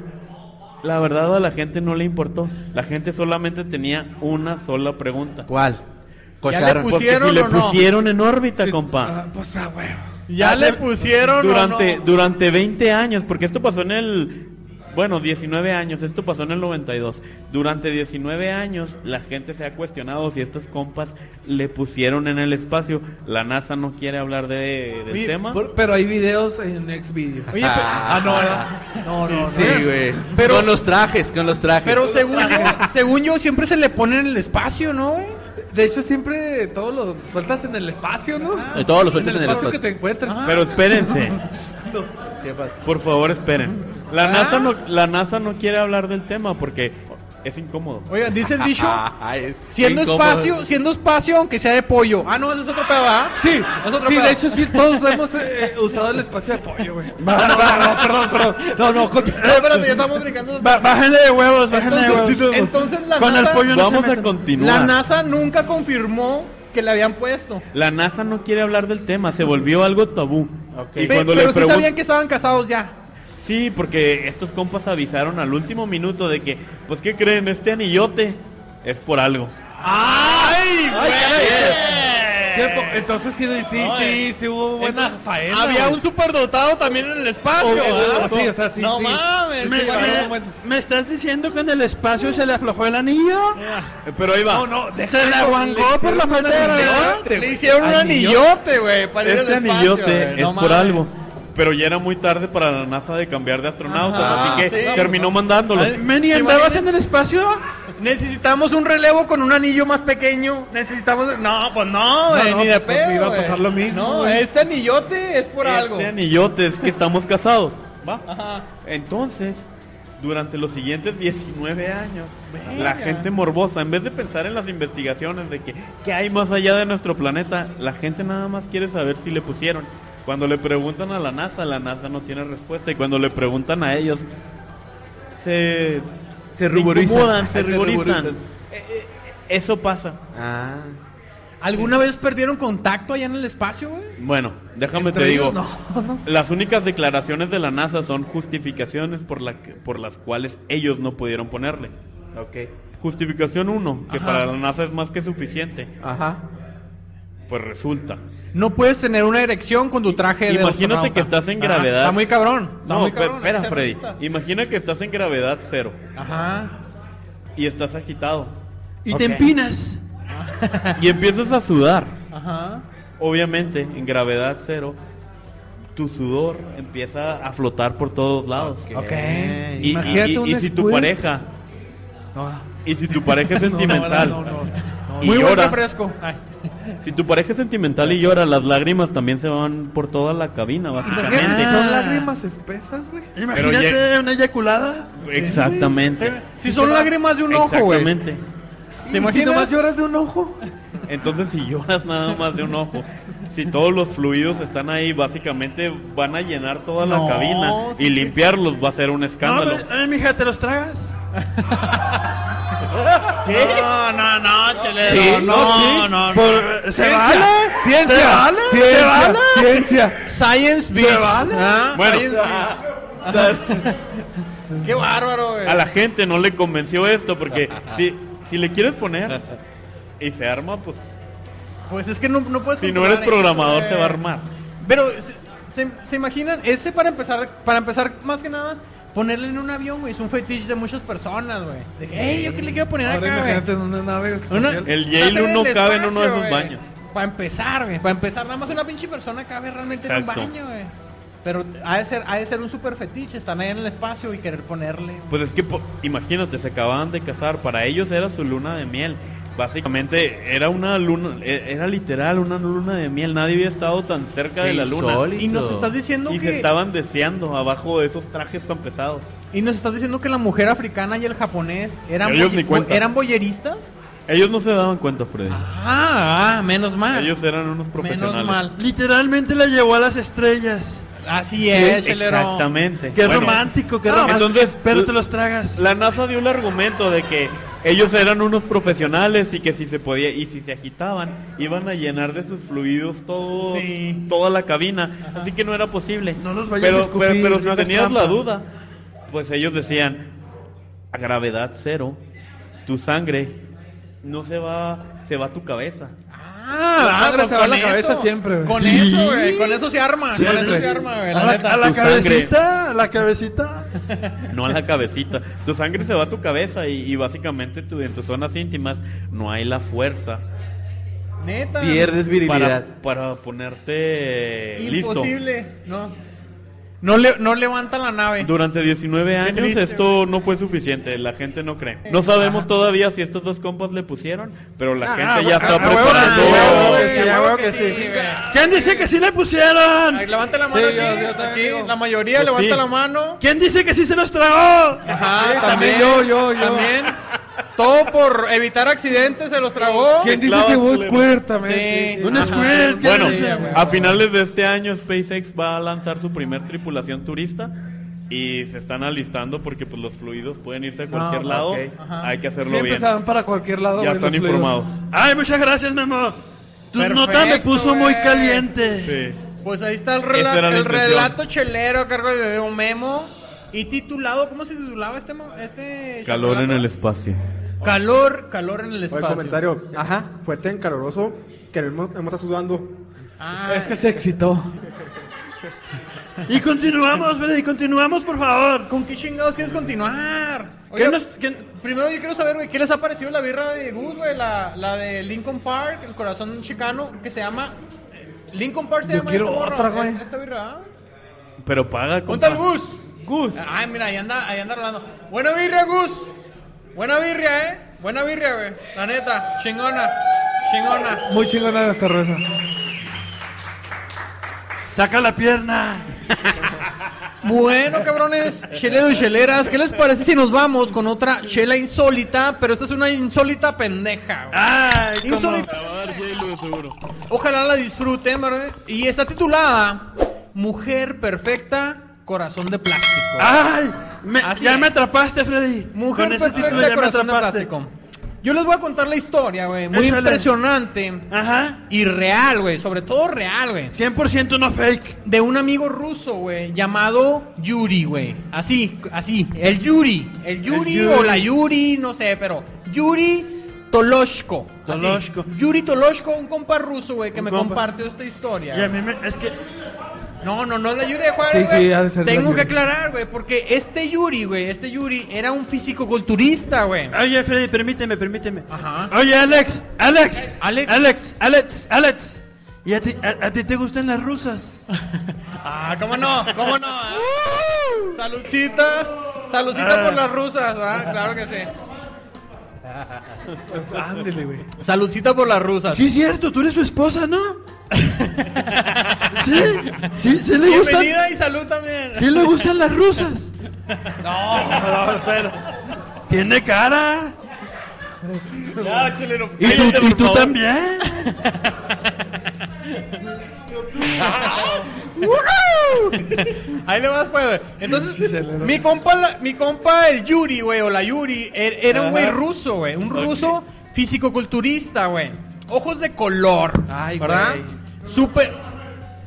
la verdad a la gente no le importó. La gente solamente tenía una sola pregunta.
¿Cuál?
Ya le pusieron.
Cochar.
Porque Pues si le
o no?
pusieron en órbita, compa.
Ah, pues a huevo.
ya le pusieron o
Durante,
no?
durante 20 años, porque esto pasó en el... Bueno, 19 años, esto pasó en el 92. Durante 19 años la gente se ha cuestionado si estos compas le pusieron en el espacio. La NASA no quiere hablar de, del
Oye,
tema.
por- pero hay videos en ex videos.
Oye, pe-
Ah,
no, ¿verdad? No, no, no.
Sí, güey.
Pero-
con los trajes, con los trajes.
pero según yo, según yo, siempre se le pone en el espacio, ¿no? güey?
De hecho, siempre todos los sueltas en el espacio, ¿no?
Eh, todos los sueltas en el
que
espacio.
te encuentres.
Pero espérense. Por favor, esperen. La
¿Ah?
NASA no la NASA no quiere hablar del tema porque es incómodo.
Oigan, dice el dicho,
Ay,
siendo
incómodo.
espacio, siendo espacio, aunque sea de pollo. Ah, no, eso es otro pedo, ¿ah?
Sí,
Nosotros
sí,
para-
de hecho sí, todos hemos eh, usado el espacio de pollo, güey. No, no, no, no, perdón, perdón. No, no, continúa.
No, espérate, ya estamos brincando.
Bájenle de huevos, bájenle de
Entonces,
huevos.
entonces la
Con el
NASA,
pollo no
Vamos
se
a
meten.
la
continuar.
NASA nunca confirmó que le habían puesto.
La NASA no quiere hablar del tema, se volvió algo tabú. Y
Pe-
cuando
pero
le
sí
pregun-
sabían que estaban casados ya.
Sí, porque estos compas avisaron al último minuto de que, pues, ¿qué creen? Este anillote es por algo.
¡Ay,
Tiempo. Entonces sí, sí, sí, sí hubo buena faena.
eh. Había
güey.
un superdotado también en el espacio.
Oh,
O-
¿verdad?
o- sí, o sea, sí,
no
sí.
mames.
Me,
Sí, para
me-
un momento.
¿me estás diciendo que en el espacio se le aflojó el anillo?
Ah.
Eh, Pero ahí va.
No, no,
Se la guangó por la falta de gravedad.
Le hicieron un anillote, güey. para ir
Este
al espacio,
anillote
güey.
es
No
por
mames.
algo. Pero ya era muy tarde para la NASA de cambiar de astronautas,
Ajá.
así que
Sí.
terminó mandándolos.
Meni, ¿andabas en el espacio?
Necesitamos un relevo con un anillo más pequeño. Necesitamos. No, pues no, güey.
no,
ni de
pues,
pedo.
iba a
güey.
pasar lo mismo,
No,
güey.
este anillote es por algo.
Este anillote es que estamos casados, ¿va? Entonces, durante los siguientes 19 años, la gente morbosa, en vez de pensar en las investigaciones de que qué hay más allá de nuestro planeta, la gente nada más quiere saber si le pusieron. Cuando le preguntan a la NASA, la NASA no tiene respuesta y cuando le preguntan a ellos se
Se ruborizan.
incomodan, se Eh,
Se
ruborizan.
ruborizan.
Eh, eh, Eso pasa.
Ah.
¿Alguna vez perdieron contacto allá en el espacio, güey?
Bueno, déjame
Entre
te digo.
ellos, no, no.
Las únicas declaraciones de la NASA son justificaciones por, la que- por las cuales ellos no pudieron ponerle.
Ok.
Justificación 1, que
Ajá.
para la NASA es más que suficiente.
Ajá.
Pues resulta.
No puedes tener una erección con tu traje de
Imagínate
astronauta.
que estás en
Ajá,
gravedad.
Está muy cabrón. Está
No,
muy
pe-
cabrón,
espera,
está
Freddy.
realista.
Imagina que estás en gravedad cero
Ajá.
y estás agitado
Y te empinas.
y empiezas a sudar.
Ajá.
Obviamente, en gravedad cero, tu sudor empieza a flotar por todos lados.
Ok.
Y, y-
Imagínate
y-
un
y si tu
squirt.
pareja,
No.
y si tu pareja es sentimental,
No, no, no,
Ah.
no, no.
Y
Muy buen
llora.
refresco. Ay.
si tu pareja es sentimental y llora, las lágrimas también se van por toda la cabina,
Imagínate,
básicamente.
Ah.
son lágrimas espesas, güey.
Imagínate una eyaculada.
Exactamente.
Eh,
Ah,
Si son lágrimas de un ojo, güey.
Exactamente.
¿Te
Si nomás
imaginas?
lloras de un ojo.
Entonces, si lloras nada más de un ojo, si todos los fluidos están ahí, básicamente van a llenar toda la
No,
cabina y
sí.
limpiarlos va a ser un
No,
escándalo.
pero, eh, mija, ¿te los tragas?
¿Qué? No, no, no, chelero.
no,
no,
Por- eh, ¿Se vale? ¿Se vale? ¿Se vale?
Ciencia.
Science
¿Se
Beach.
vale?
Ah,
Bueno,
Qué bárbaro, güey.
a la gente no le convenció esto porque si, si le quieres poner y se arma, pues
Pues es que no, no puedes
si no eres
controlar eso, eh.
programador
güey.
se va a armar.
Pero, ¿se, se, se imaginan? Ese para empezar, para empezar más que nada, ponerle en un avión, güey, es un fetiche de muchas personas, güey. De, "Ey, yo qué le quiero poner
Ahora
acá, güey.
imagínate en una nave
Una- Eh,
espacial.
El
estás
Yale
en
no
el
cabe en uno de esos
güey.
baños.
Para empezar, güey, para empezar, nada más una pinche persona cabe realmente
Exacto.
en un baño, güey. Pero ha de, ser, ha de ser un super fetiche, están ahí en el espacio y querer ponerle. güey.
Pues es que po- imagínate, se acababan de casar, para ellos era su luna de miel. Básicamente era una luna, e- era literal una luna de miel, nadie había estado tan cerca de la luna.
Insólito.
Y nos estás diciendo
Y
que
se estaban deseando abajo de esos trajes tan pesados.
y nos estás diciendo que la mujer africana y el japonés eran
Ellos
boye-
ni cuenta.
eran boyeristas?
Ellos no se daban cuenta, Freddy.
Ah, ah, menos mal.
Ellos eran unos profesionales.
menos mal.
Literalmente la llevó a las estrellas.
Así es, chelero.
Exactamente.
Qué
Bueno,
romántico, qué
No,
romántico.
entonces,
pero
l-
te los tragas.
La NASA dio el argumento de que ellos eran unos profesionales y que si se podía y si se agitaban iban a llenar de sus fluidos todo
Sí.
toda la cabina, así que no era posible.
No los vayas
pero,
a escupir,
pero- pero si
no hagas
tenías
trampa.
la duda, pues ellos decían a gravedad cero, tu sangre no se va se va a tu cabeza.
Ah,
sangre
pues
se va
con
a la cabeza
eso.
siempre, güey.
Con
Sí.
eso, güey. Con eso se arma.
Sí,
con eso
güey.
se arma, güey.
a
la
la,
neta.
a la
Tu
cabecita, a la cabecita.
No a la cabecita. Tu sangre se va a tu cabeza y, y básicamente tu- en tus zonas íntimas no hay la fuerza
Neta.
Pierdes
para,
virilidad.
para ponerte eh, listo.
Imposible. No. No, le, no levanta la nave.
Durante 19 años
triste,
esto no fue suficiente, la gente no cree. No sabemos todavía si estos dos compas le pusieron, pero la
Ah,
gente ya está
a huevo
Ah,
que sí, a huevo que sí,
preparando.
a huevo que sí.
güey.
¿Quién dice que sí le
Ay,
pusieron?
levanta la mano
Sí,
aquí,
yo- yo también
aquí,
digo.
La mayoría
Pues
levanta
sí.
la mano.
¿Quién dice que sí se los tragó?
Ajá,
Sí, también yo, yo, yo.
También. Todo por evitar accidentes se los tragó.
¿Quién dice
Clava
si
tu
hubo
lema.
squirt también? Sí, sí,
Sí.
sí.
Un squirt. ¿quién
Bueno,
dice?
a finales de este año SpaceX va a lanzar su primer tripulación turista y se están alistando porque pues los fluidos pueden irse a cualquier
No,
lado.
ok.
Hay que hacerlo
Siempre
bien.
se van para cualquier lado.
Ya
güey,
están
los fluidos.
informados.
Ay, muchas gracias, Memo. Tu
Perfecto,
nota me puso muy
güey.
caliente.
Sí.
Pues ahí está el,
Esa
rela-
era la
el
intención.
relato chelero a cargo de un memo. Y titulado, ¿cómo se titulaba este? mo- este
Calor en
chocolate?
el espacio.
Calor, calor en el
Oye,
espacio.
comentario.
Ajá.
Fue tan caloroso que el hemos está sudando.
Ah,
Es que se excitó.
Y continuamos, Freddy, continuamos, por favor.
¿Con qué chingados quieres continuar?
¿Qué
Oye,
nos- qué-
Primero yo quiero saber, güey, ¿qué les ha parecido la birra de Gus, güey? La, la de Lincoln Park, el corazón chicano, que se llama... eh, Lincoln Park se
Yo
llama este
quiero
esta morra,
otra, güey.
Esta birra, ¿ah?
oh.
Pero paga
¿Dónde
compa.
el Gus? Gus. Ay, mira, ahí anda, ahí anda hablando. Buena birria, Gus. Buena birria, eh. Buena birria, güey. La neta, chingona. Chingona.
Muy chingona la cerveza.
Saca la pierna.
Bueno, cabrones, cheleros y cheleras, ¿qué les parece si nos vamos con otra chela insólita? Pero esta es una insólita pendeja, güey.
Ay, cómo-
Insólita. Ojalá la disfruten, ¿verdad? Y está titulada Mujer Perfecta, Corazón de Plástico.
Ay, me-
Así
ya
es.
me atrapaste, Freddy.
Ah, Mujer
Con ese
perfecta,
título ya me
corazón de
atrapaste.
plástico. Yo les voy a contar la historia, güey. Muy
Échale.
impresionante
Ajá.
y real, güey. Sobre todo real, güey.
100% no fake.
De un amigo ruso, güey, llamado Yuri, güey. Así, así. El Yuri. El Yuri,
Yuri.
o la Yuri, no sé, pero. Yuri Toloshko. así.
Toloshko.
Yuri Toloshko, un compa ruso, güey, que
Un
me
compa.
compartió esta historia.
Y a mí me. Es que.
No, no, no es la Yuri de Juárez.
Sí, sí,
güey.
ha de ser la
Tengo
Yuri.
que aclarar, güey, porque este Yuri, güey, este Yuri era un físico-culturista, güey.
Oye, Freddy, permíteme, permíteme.
Ajá.
Oye, Alex,
Eh,
Alex.
Alex.
Alex, Alex, Alex. ¿Y a ti, a- a ti te gustan las rusas?
Ah, ¿cómo no? ¿Cómo no? ah? Saludcita. Saludcita por las rusas, ¿ah? Claro que sí.
Ándele, güey.
Saludcita por las rusas.
Ah, Sí, es cierto, tú eres su esposa, ¿no? sí, sí, sí le gustan.
Bienvenida y salud también.
Sí le gustan las rusas. Tiene cara.
Ya, chelero.
Y tú,
cállate,
y
por
tú
favor.
también. Ah.
Ahí le vas, pues, güey. Entonces, mi compa, la- mi compa, el Yuri, güey, o la Yuri, er- era un güey ruso, güey. Un ruso físico-culturista, güey. Ojos de color.
Ay, güey.
Súper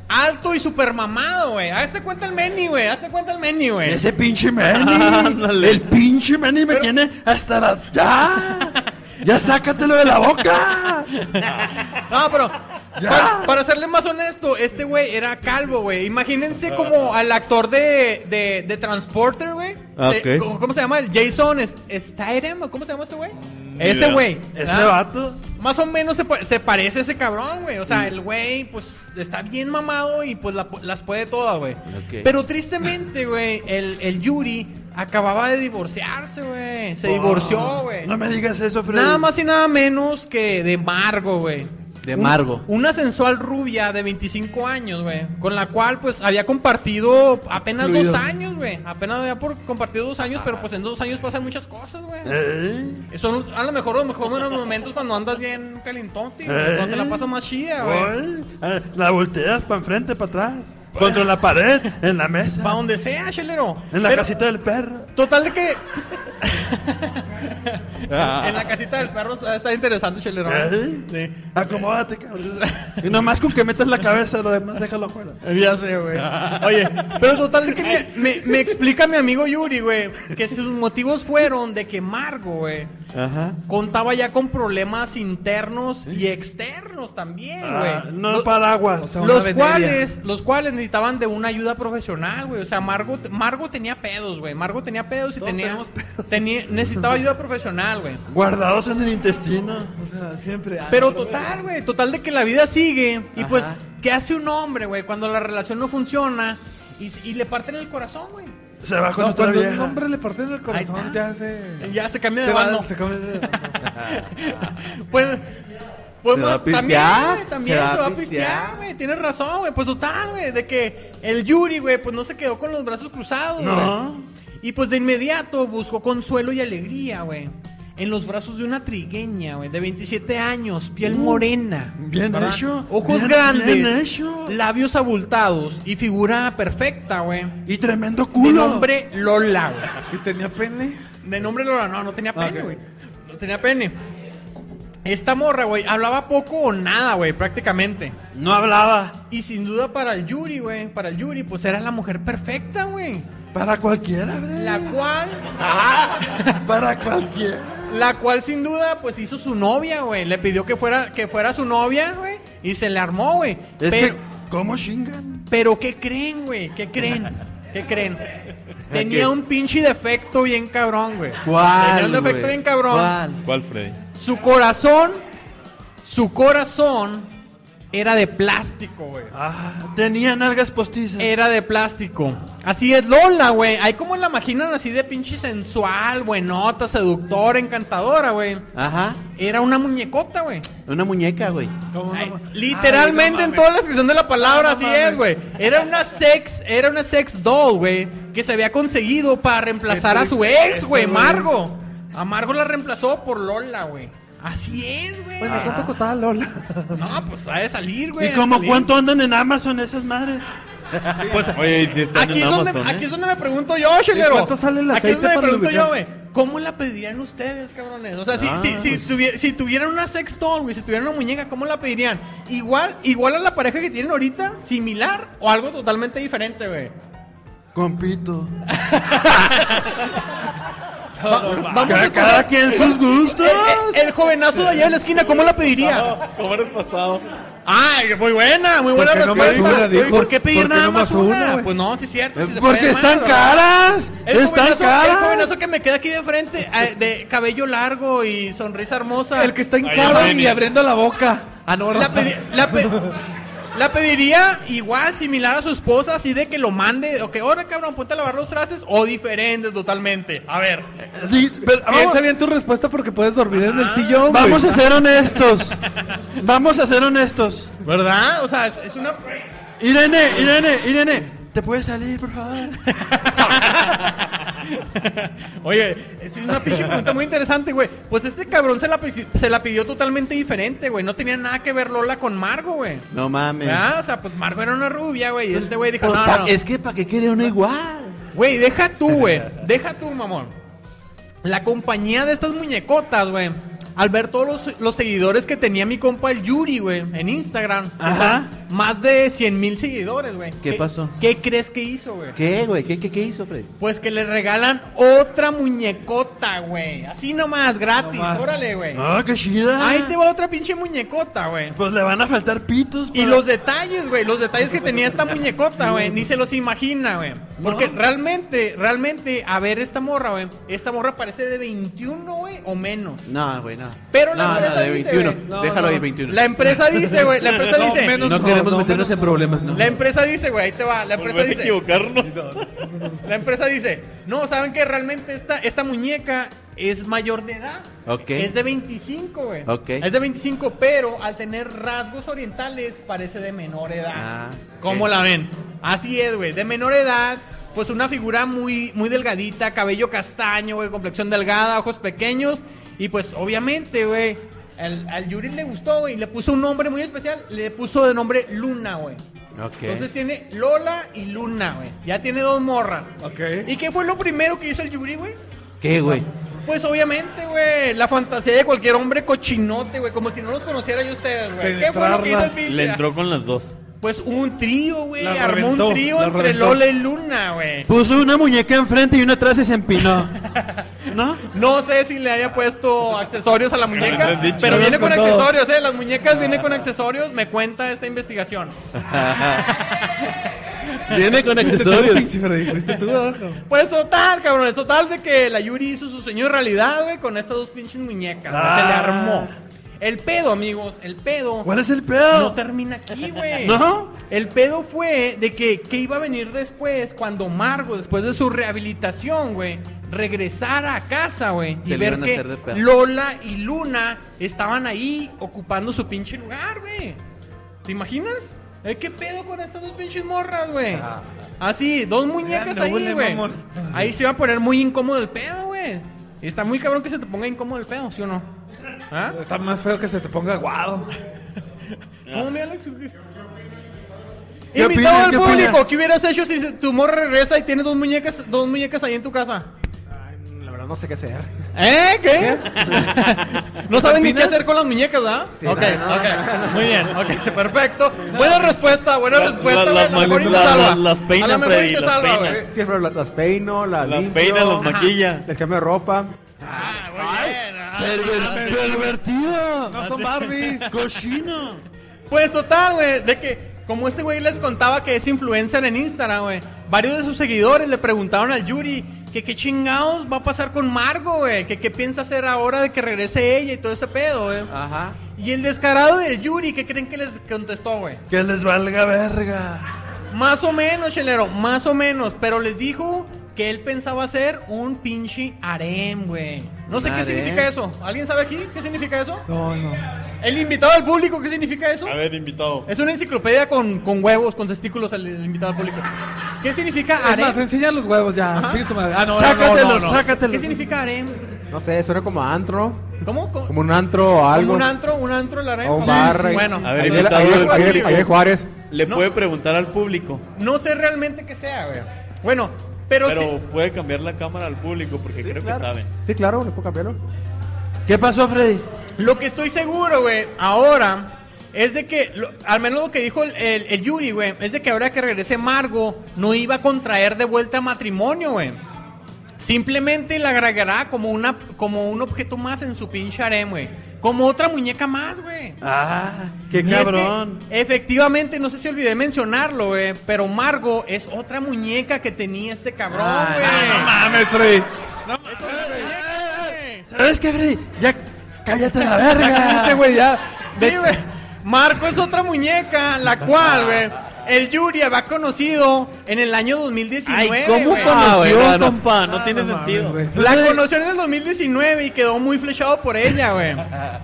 alto y súper mamado, güey. Hazte cuenta el Manny, güey. Hazte cuenta el Manny, güey.
Ese pinche Manny.
Ándale.
El pinche Manny me tiene hasta la. ¡Ya! ¡Ya sácatelo de la boca!
No, pero
Ya.
para, para serle más honesto, este güey era calvo, güey. Imagínense como al actor de, de, de Transporter, güey.
Ah,
Eh,
ok.
¿cómo, cómo se llama? El Jason S- Statham, ¿o ¿cómo se llama este güey?
Ni
Ese
idea.
güey.
Ese
¿verdad?
vato.
Más o menos se, pa- se parece a ese cabrón, güey. O sea, el güey, pues, está bien mamado y pues la- las puede todas, güey.
Ok.
Pero tristemente, güey, el, el Yuri acababa de divorciarse, güey. Se divorció, güey.
No me digas eso, Freddy.
Nada más y nada menos que de Margo, güey.
De
Un-
Margo.
una sensual rubia de 25 años, güey. Con la cual, pues, había compartido apenas
Fluidos.
dos años, güey. Apenas había por, compartido dos años, pero pues en dos años pasan muchas cosas, güey.
¿Eh?
Son a lo mejor los mejores momentos cuando andas bien calentonte, güey.
Eh.
Cuando te la pasas más chida, güey.
Ay, ah, La volteas para enfrente, para atrás. Contra la pared, en la mesa.
Pa' donde sea, chelero.
En la
Pero-
casita del perro.
Total de que.
Ah.
en la casita del perro está, está interesante, chelero.
¿Eh?
Sí.
Acomódate, cabrón. Y nomás con que metas la cabeza, lo demás déjalo afuera.
Ya sé, güey. Oye, pero total de que me, me- me explica mi amigo Yuri, güey, que sus motivos fueron de que Margo, güey,
Ajá.
contaba ya con problemas internos y externos también, güey.
Ah, no
Lo-
paraguas.
una
los
veneria.
cuales, los cuales necesitaban de una ayuda profesional, güey. O sea, Margo, Margo tenía pedos, güey. Margo tenía pedos y tenía, tenía- necesitaba ayuda profesional, güey.
Guardados en el intestino.
O sea, siempre. ah,
Pero total, güey, total de que la vida sigue. Y pues, ¿qué hace un hombre, güey, cuando la relación no funciona y, y le parten el corazón, güey?
Se va con
No,
otra
cuando
vieja.
un hombre le parte el
Ahí
corazón,
está.
ya se.
Ya se cambia de
se va-
bando.
se cambia de bando.
Pues, pues
Se va
más-
a
también,
pistear,
güey, también se va a pistear, güey. Tienes razón, güey. Pues total, güey, de que el Yuri, güey, pues no se quedó con los brazos cruzados, güey.
No.
Y pues de inmediato buscó consuelo y alegría, güey. En los brazos de una trigueña, güey, de 27 años, piel morena.
Uh, Bien hecho.
Ojos
Bien-
grandes,
Bien hecho.
labios abultados y figura perfecta, güey.
Y tremendo
De
culo.
nombre Lola, güey.
¿Y tenía pene?
De nombre Lola, no, no tenía
Ah,
pene,
ok.
güey. No tenía pene. Esta morra, güey, hablaba poco o nada, güey, prácticamente.
No hablaba.
Y sin duda para el Yuri, güey, para el Yuri, pues era la mujer perfecta, güey.
Para cualquiera, Freddy.
La cual,
Para cualquiera.
la cual sin duda, pues hizo su novia, güey. Le pidió que fuera, que fuera su novia, güey. Y se le armó, güey.
Es
Pero-
que, ¿cómo chingan?
Pero ¿qué creen, güey? ¿Qué creen? ¿Qué creen? Tenía un pinche defecto bien cabrón, güey.
¿Cuál,
Tenía un defecto
güey?
bien cabrón.
¿Cuál?
¿Cuál, Freddy?
Su corazón, su corazón era de plástico, güey.
Ah, tenía nalgas postizas.
Era de plástico. Así es Lola, güey. Ahí como la imaginan así de pinche sensual, buenota, seductora, encantadora, güey.
Ajá.
Era una muñecota, güey.
Una muñeca, güey.
¿Cómo Oh, no?
Ay, Literalmente en toda la expresión de la palabra, así es, güey. Era una sex, era una sex doll, güey, que se había conseguido para reemplazar a su ex,
Eso,
güey,
güey.
Margo. A Margo la reemplazó por Lola, güey. Así es, güey.
Oye, Pues, ¿cuánto costaba Lola?
No, pues ha de salir, güey.
¿Y
ha de
como
salir.
cuánto andan en Amazon esas madres?
Oye, ¿y si están
Aquí
en
es, donde,
Amazon,
aquí
¿eh?
es donde me pregunto yo, chelero.
cuánto sale el
Aquí es
aceite
donde me
para
pregunto yo,
lubricar?
güey. ¿Cómo la pedirían ustedes, cabrones? O sea,
Ah,
si, si, si,
pues.
tuvie- si tuvieran una sex doll, güey, si tuvieran una muñeca, ¿cómo la pedirían? Igual, igual a la pareja que tienen ahorita, similar o algo totalmente diferente, güey.
Compito.
Vamos
Cada,
a-
cada quien sus gustos.
Eh, El jovenazo de allá de la esquina, ¿cómo la pediría?
¿Cómo eres pasado?
Ay, muy buena, muy buena
qué no
respuesta.
más una, dijo?
¿Por qué pedir
¿Por qué
nada
no
más
más una,
una?
güey? Eh,
pues no, sí es cierto. sí se
Porque
puede
están
más,
caras.
El
Están
jovenazo, el
caras.
jovenazo que me queda aquí de frente, eh, de cabello largo y sonrisa hermosa.
El que está en
Ay,
cara
Benny.
y abriendo la boca. Ah, no,
La,
no.
pedi- la pe- la pediría igual, similar a su esposa, así de que lo mande. O que, ahora cabrón, ponte a lavar los trastes. O diferente totalmente. A ver.
Di- pero vamos-
Piensa bien tu respuesta porque puedes dormir en el sillón, güey.
Vamos a ser honestos. Vamos a ser honestos.
¿Verdad? O sea, es, es una.
Irene, Irene, Irene. ¿Te puedes salir, por favor?
Oye, es una pinche pregunta muy interesante, güey. Pues este cabrón se la, pe- se la pidió totalmente diferente, güey. No tenía nada que ver Lola con Margo, güey.
No mames.
¿Verdad? O sea, pues Margo era una rubia, güey. Y este güey dijo,
Pues,
no,
pa-
no.
Es que para qué quiere uno igual.
Güey, deja tú, güey. Deja tú, mamón. La compañía de estas muñecotas, güey. Al ver todos los, los seguidores que tenía mi compa el Yuri, güey, en Instagram.
Ajá.
Más de 100 mil seguidores, güey.
¿Qué pasó?
¿Qué crees que hizo, güey?
¿Qué, güey? ¿Qué, qué, qué hizo, Fred?
Pues que le regalan otra muñecota, güey. Así nomás, gratis.
Nomás.
Órale, güey.
Ah, qué chida.
Ahí te va otra pinche muñecota, güey.
Pues le van a faltar pitos.
Y
pa-
los detalles, güey, los detalles que tenía esta muñecota, güey, ni se los imagina, güey. Porque realmente, realmente, a ver esta morra, güey, esta morra parece de 21, güey, o menos.
No, güey, no.
Pero la
no,
empresa
no, de
dice,
21.
güey.
No,
Déjalo ahí,
no.
21.
La empresa dice, güey, la empresa
No,
dice,
menos Pues
no, queremos
no,
meternos en problemas, ¿no?
la empresa dice, güey, ahí te va, la empresa
Volver a
dice,
equivocarnos.
la empresa dice, no, saben que realmente esta, esta muñeca es mayor de edad.
Ok.
Es de 25, güey.
Ok.
Es de 25, pero al tener rasgos orientales parece de menor edad.
Ah,
¿Cómo
ok.
la ven? Así es, güey. De menor edad, pues una figura muy, muy delgadita, cabello castaño, güey, complexión delgada, ojos pequeños. Y pues obviamente, güey, al, al Yuri le gustó, güey. Le puso un nombre muy especial. Le puso de nombre Luna, güey.
Ok.
Entonces tiene Lola y Luna, güey. Ya tiene dos morras.
Ok.
¿Y qué fue lo primero que hizo el Yuri, güey?
¿Qué, güey?
Pues obviamente, güey, la fantasía de cualquier hombre cochinote, güey, como si no los conociera yo a ustedes, güey. ¿Qué fue lo que hizo el
Penetrarlas.
pinche?
Le entró con las dos.
Pues un trío, güey,
La
armó
reventó,
un trío
la
entre
reventó.
Lola y Luna, güey.
Puso una muñeca enfrente y una atrás y se empinó. ¿No?
No sé si le haya puesto accesorios a la muñeca,
entendí,
pero
chavos,
viene con
con todo.
accesorios, eh, las
Ah.
muñecas vienen con accesorios, me cuenta esta investigación.
Viene con
Tú,
accesorios.
pinche Freddy, fuiste tú, ¿verdad?
Pues total, cabrones, total de que la Yuri hizo su sueño realidad, güey, con estas dos pinches muñecas, güey, se le armó. El pedo, amigos, el pedo.
¿Cuál es el pedo?
No termina aquí, güey.
¿No?
El pedo fue de que, que iba a venir después cuando Margo, después de su rehabilitación, güey, regresara a casa, güey. Y
Se le
ver
iban a
que
hacer de pedo.
Lola y Luna estaban ahí ocupando su pinche lugar, güey. ¿Te imaginas? Eh, ¿Qué pedo con estas dos pinches morras, güey? Así, dos muñecas
Grande,
ahí,
huele,
güey.
mamón.
Ahí se va a poner muy incómodo el pedo, güey. Está muy cabrón que se te ponga incómodo el pedo, ¿sí o no? ¿Ah?
Está más feo que se te ponga aguado.
¿Cómo me Alex?
¿Qué
Invitado
opina?
al
¿Qué
público,
opina?
¿qué hubieras hecho si se- tu morra regresa y tienes dos muñecas, dos muñecas ahí en tu casa?
La verdad no sé qué hacer.
¿Eh? ¿Qué? no saben ni qué
¿Opinas?
hacer con las muñecas, ¿ah?
Sí,
ok,
no, no,
ok. Muy bien, ok, perfecto. Buena respuesta, buena
Las-
respuesta. güey, a
las- las
lo mejor y te
manos-
salva.
las- las peinas,
A lo mejor y
Freddy,
te
las
salva,
peinas.
güey.
Siempre la- las peino, las,
Las
limpio,
peinas, las maquilla.
Les cambio de ropa.
Ah, muy bien. ah.
Pervertido.
No son Barbies.
Cochino.
Pues total, güey, de que como este güey les contaba que es influencer en Instagram, güey, varios de sus seguidores le preguntaron al Yuri que qué chingados va a pasar con Margo, güey, que qué piensa hacer ahora de que regrese ella y todo ese pedo, güey.
Ajá.
Y el descarado del Yuri, ¿qué creen que les contestó, güey?
Que les valga verga.
Más o menos, chelero, más o menos, pero les dijo que él pensaba hacer un pinche harem, güey. No sé
Un
qué
harem.
significa eso. ¿Alguien sabe aquí qué significa eso?
No, no.
El invitado al público, ¿qué significa eso?
A ver, invitado.
Es una enciclopedia con, con huevos, con testículos al el invitado al público. ¿Qué significa
Es más,
harem?
enseña los huevos ya.
Ajá.
Sigue su madre. Ah, no,
sácatelo,
no, no, no.
sácatelo.
¿Qué significa harem?
No sé, suena como a antro.
¿Cómo? Co-
Como un antro o
Como
algo.
un antro, un antro el harem.
O un
Sí,
bar.
sí,
ahí-
Bueno,
A ver,
ahí-
invitado
ahí-
del
ahí-
público.
ahí en Juárez.
Le
No.
puede preguntar al público.
no sé realmente qué sea, güey. Bueno, Pero,
Pero
sí-
puede cambiar la cámara al público porque creo que saben.
Sí, claro, le puedo cambiarlo.
¿Qué pasó, Freddy?
lo que estoy seguro, güey, ahora es de que, lo- al menos lo que dijo el, el, el Yuri, güey, es de que ahora que regrese Margo, no iba a contraer de vuelta matrimonio, güey. Simplemente la agregará como, una, como un objeto más en su pinche harem, güey. Como otra muñeca más, güey.
Ah, qué
Y es que,
cabrón.
efectivamente, no sé si olvidé mencionarlo, güey, pero Margo es otra muñeca que tenía este cabrón,
Ah,
güey.
mames, Freddy.
¿Sabes qué, Freddy? Ya cállate la
Cállate,
verga.
güey, ya.
Sí, güey. Marco es otra muñeca, la cual, güey, el Yuri había conocido en el año 2019. güey.
Ah,
güey,
güey,
no, no.
compa? No, tiene
mames,
sentido.
güey.
La conoció en el 2019 y quedó muy flechado por ella, güey.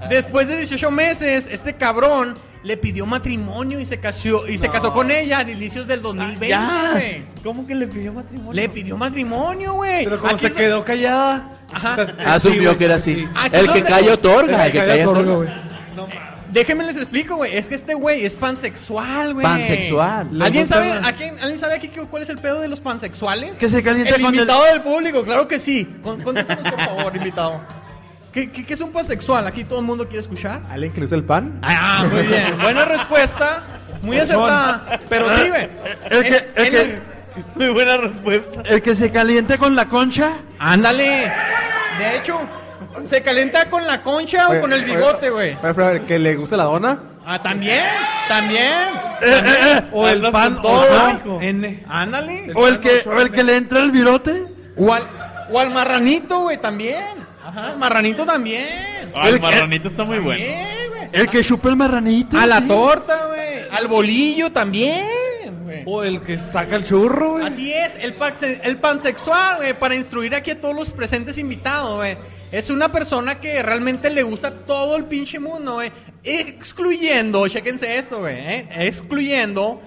Después de 18 meses, este cabrón le pidió matrimonio y se casó, y se casó con ella a inicios del 2020,
Ya.
güey.
¿Cómo que le pidió matrimonio?
Le pidió matrimonio, güey.
Pero como
Aquí
se
es-
quedó callada.
Ajá.
o sea, eh, sí,
Asumió
güey,
Ah, que era así.
sí.
Aquí
El que
donde-
calla otorga. El
Ay,
que
calla
calla
otorga,
otorga.
güey. No mames.
Déjenme les explico, güey. Es que este güey es pansexual, güey.
Pansexual.
Le
¿Alguien
gusta
sabe,
la-
¿a quién- ¿Alguien sabe aquí qué- cuál es el pedo de los pansexuales?
Que se calienta
el
con el-
invitado del público, claro que sí. Con- Contéstanos, por favor, invitado. ¿Qué, qué, qué es un pansexual? Aquí todo el mundo quiere escuchar.
¿Alguien que le usa el pan?
Ah, muy bien. Buena respuesta. Muy acertada. Pero sí, güey.
El que-
En-
el
en
que-
Muy buena respuesta.
El que se calienta con la concha.
Ándale. De hecho, se calienta con la concha o con el bigote, güey.
Oye, Fred, ¿el que le gusta la dona?
Ah, también. También.
O el
Hablas
pan
con todo,
Ajá.
hijo.
N.
Ándale.
O el que, o el que le entra el virote.
O al, o al marranito, güey, también. Ajá, al marranito también.
Ah, el
El-
marranito está muy bueno.
Bien, güey.
El que chupa el marranito.
A la
sí.
torta, güey. Al bolillo también, güey.
O el que saca el churro, güey.
Así es, el, paxe- el pansexual, güey, para instruir aquí a todos los presentes invitados, güey. Es una persona que realmente le gusta todo el pinche mundo, güey. Excluyendo, chéquense esto, güey, eh, excluyendo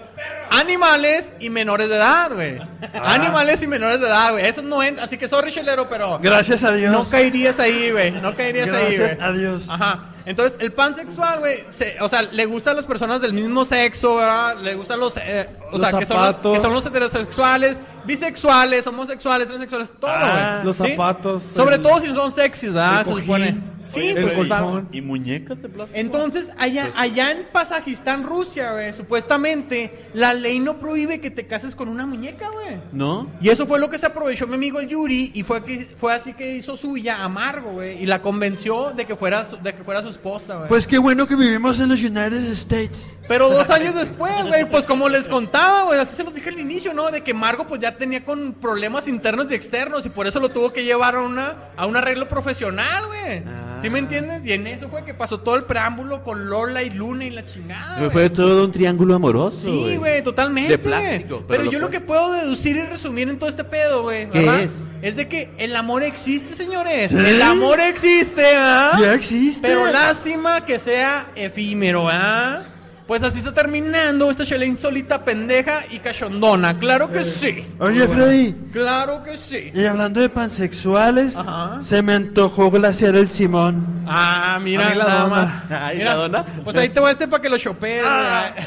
animales y menores de edad, güey. Ah. Animales y menores de edad, güey. Eso no entra, así que sorry, chelero, pero...
Gracias a Dios.
No caerías ahí, güey. No caerías ahí, güey.
Gracias a Dios.
Ajá. Entonces, el pansexual, güey, se- o sea, le gustan las personas del mismo sexo, ¿verdad? Le gustan los, eh, o
Los
sea, que son los,
zapatos.
que son los heterosexuales, bisexuales, homosexuales, transexuales, todo, güey.
Ah, los zapatos,
Sobre
el-
todo si son sexys, ¿verdad?
el
Se
cojín.
supone.
Oye,
Sí,
el
pues,
pero
está-
colchón.
¿Y, y muñecas de plástico?
entonces, allá, allá en Pasajistán, Rusia, güey, supuestamente, la ley no prohíbe que te cases con una muñeca, güey.
¿No?
Y eso fue lo que se aprovechó mi amigo el Yuri y fue que fue así que hizo suya a Margo, güey, y la convenció de que fuera su, de que fuera su esposa, güey.
Pues qué bueno que vivimos en los United States.
Pero dos años después, güey, pues como les contaba, güey, así se los dije al inicio, ¿no? De que Margo pues ya tenía con problemas internos y externos y por eso lo tuvo que llevar a una a un arreglo profesional, güey. ¿Sí me entiendes? Y en eso fue que pasó todo el preámbulo con Lola y Luna y la chingada. güey.
Fue todo un triángulo amoroso.
Sí, güey, totalmente.
De
güey.
plástico,
Pero,
pero
yo
lo
lo
fue.
que puedo deducir y resumir en todo este pedo, güey,
¿Qué
¿verdad?
es?
Es de que el amor existe, señores.
¿Sí?
El amor existe, ¿verdad?
Ah,
Ya existe.
Pero lástima que sea efímero, ¿ah? Pues así está terminando esta chela insólita, pendeja y cachondona. Claro que sí.
Oye, Freddy.
Claro que sí.
Y hablando de pansexuales,
Ajá.
se me antojó glaciar el Simón.
Ah, mira,
Ahí la
nada
dona.
más.
Ahí
Mira,
la dona.
Pues ahí te va este para que lo chopees. güey.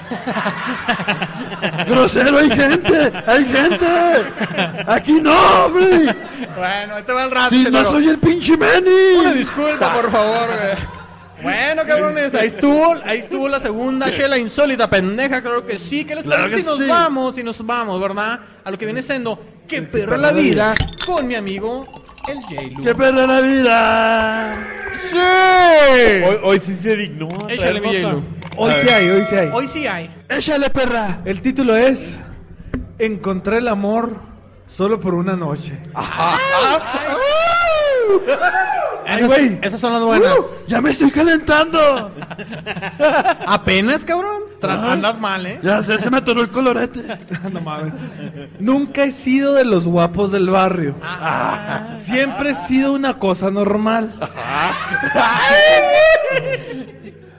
¡Grosero, hay gente! ¡Hay gente! ¡Aquí no, Freddy!
Bueno, ahí te va el
Ah,
rato.
¡Si no
chelero.
soy el pinche
Una
Manny!
disculpa, por favor, güey. Bueno, cabrones, ahí estuvo, ahí estuvo la segunda chela insólita, pendeja, claro que sí. ¿Qué les
Claro
parece
que
si nos
sí.
vamos, si nos vamos, verdad? A lo que viene siendo Que perro la vida con mi amigo el
¡Qué
j
perra la vida!
¡Sí!
Hoy, hoy sí se dignó. a traer
Échale, mi
nota.
J-Lo.
Hoy sí hay, hoy sí hay.
Hoy sí hay.
¡Échale, perra!
El título es Encontré el amor solo por una noche. Ay, güey.
Esas son las buenas.
¡Ya me estoy calentando!
Apenas, cabrón. Tra- Andas mal, ¿eh?
¡Ya se, se me atoró el colorete!
No mames. Nunca he sido de los guapos del barrio.
Ah.
Siempre he sido una cosa normal.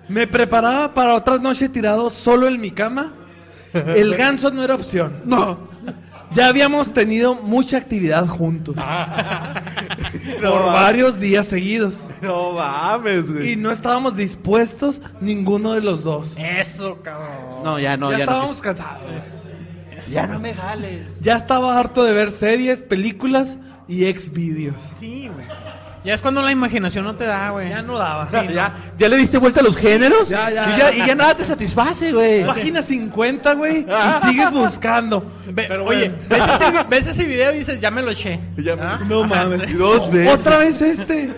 Me preparaba para otras noches tirado solo en mi cama. El ganso no era opción.
¡No!
Ya habíamos tenido mucha actividad juntos. por varios días seguidos.
Ah. No mames,
Y no estábamos dispuestos ninguno de los dos.
Eso, cabrón.
No, ya no,
ya,
ya, no.
estábamos cansados. güey.
Ya no me jales.
Ya estaba harto de ver series, películas y ex vídeos.
Sí, güey. Ya es cuando la imaginación no te da, güey.
Ya no daba.
¿Ya, Ah, ¿Ya le diste vuelta a los géneros?
Ya, ya.
Y, ya y ya nada te satisface, güey.
Página 50, güey, y sigues buscando.
Ve-
Pero
oye,
bueno.
ves ese, ves ese video y dices, ya me lo eché.
Ya me-
No mames.
Dos veces.
Otra vez este.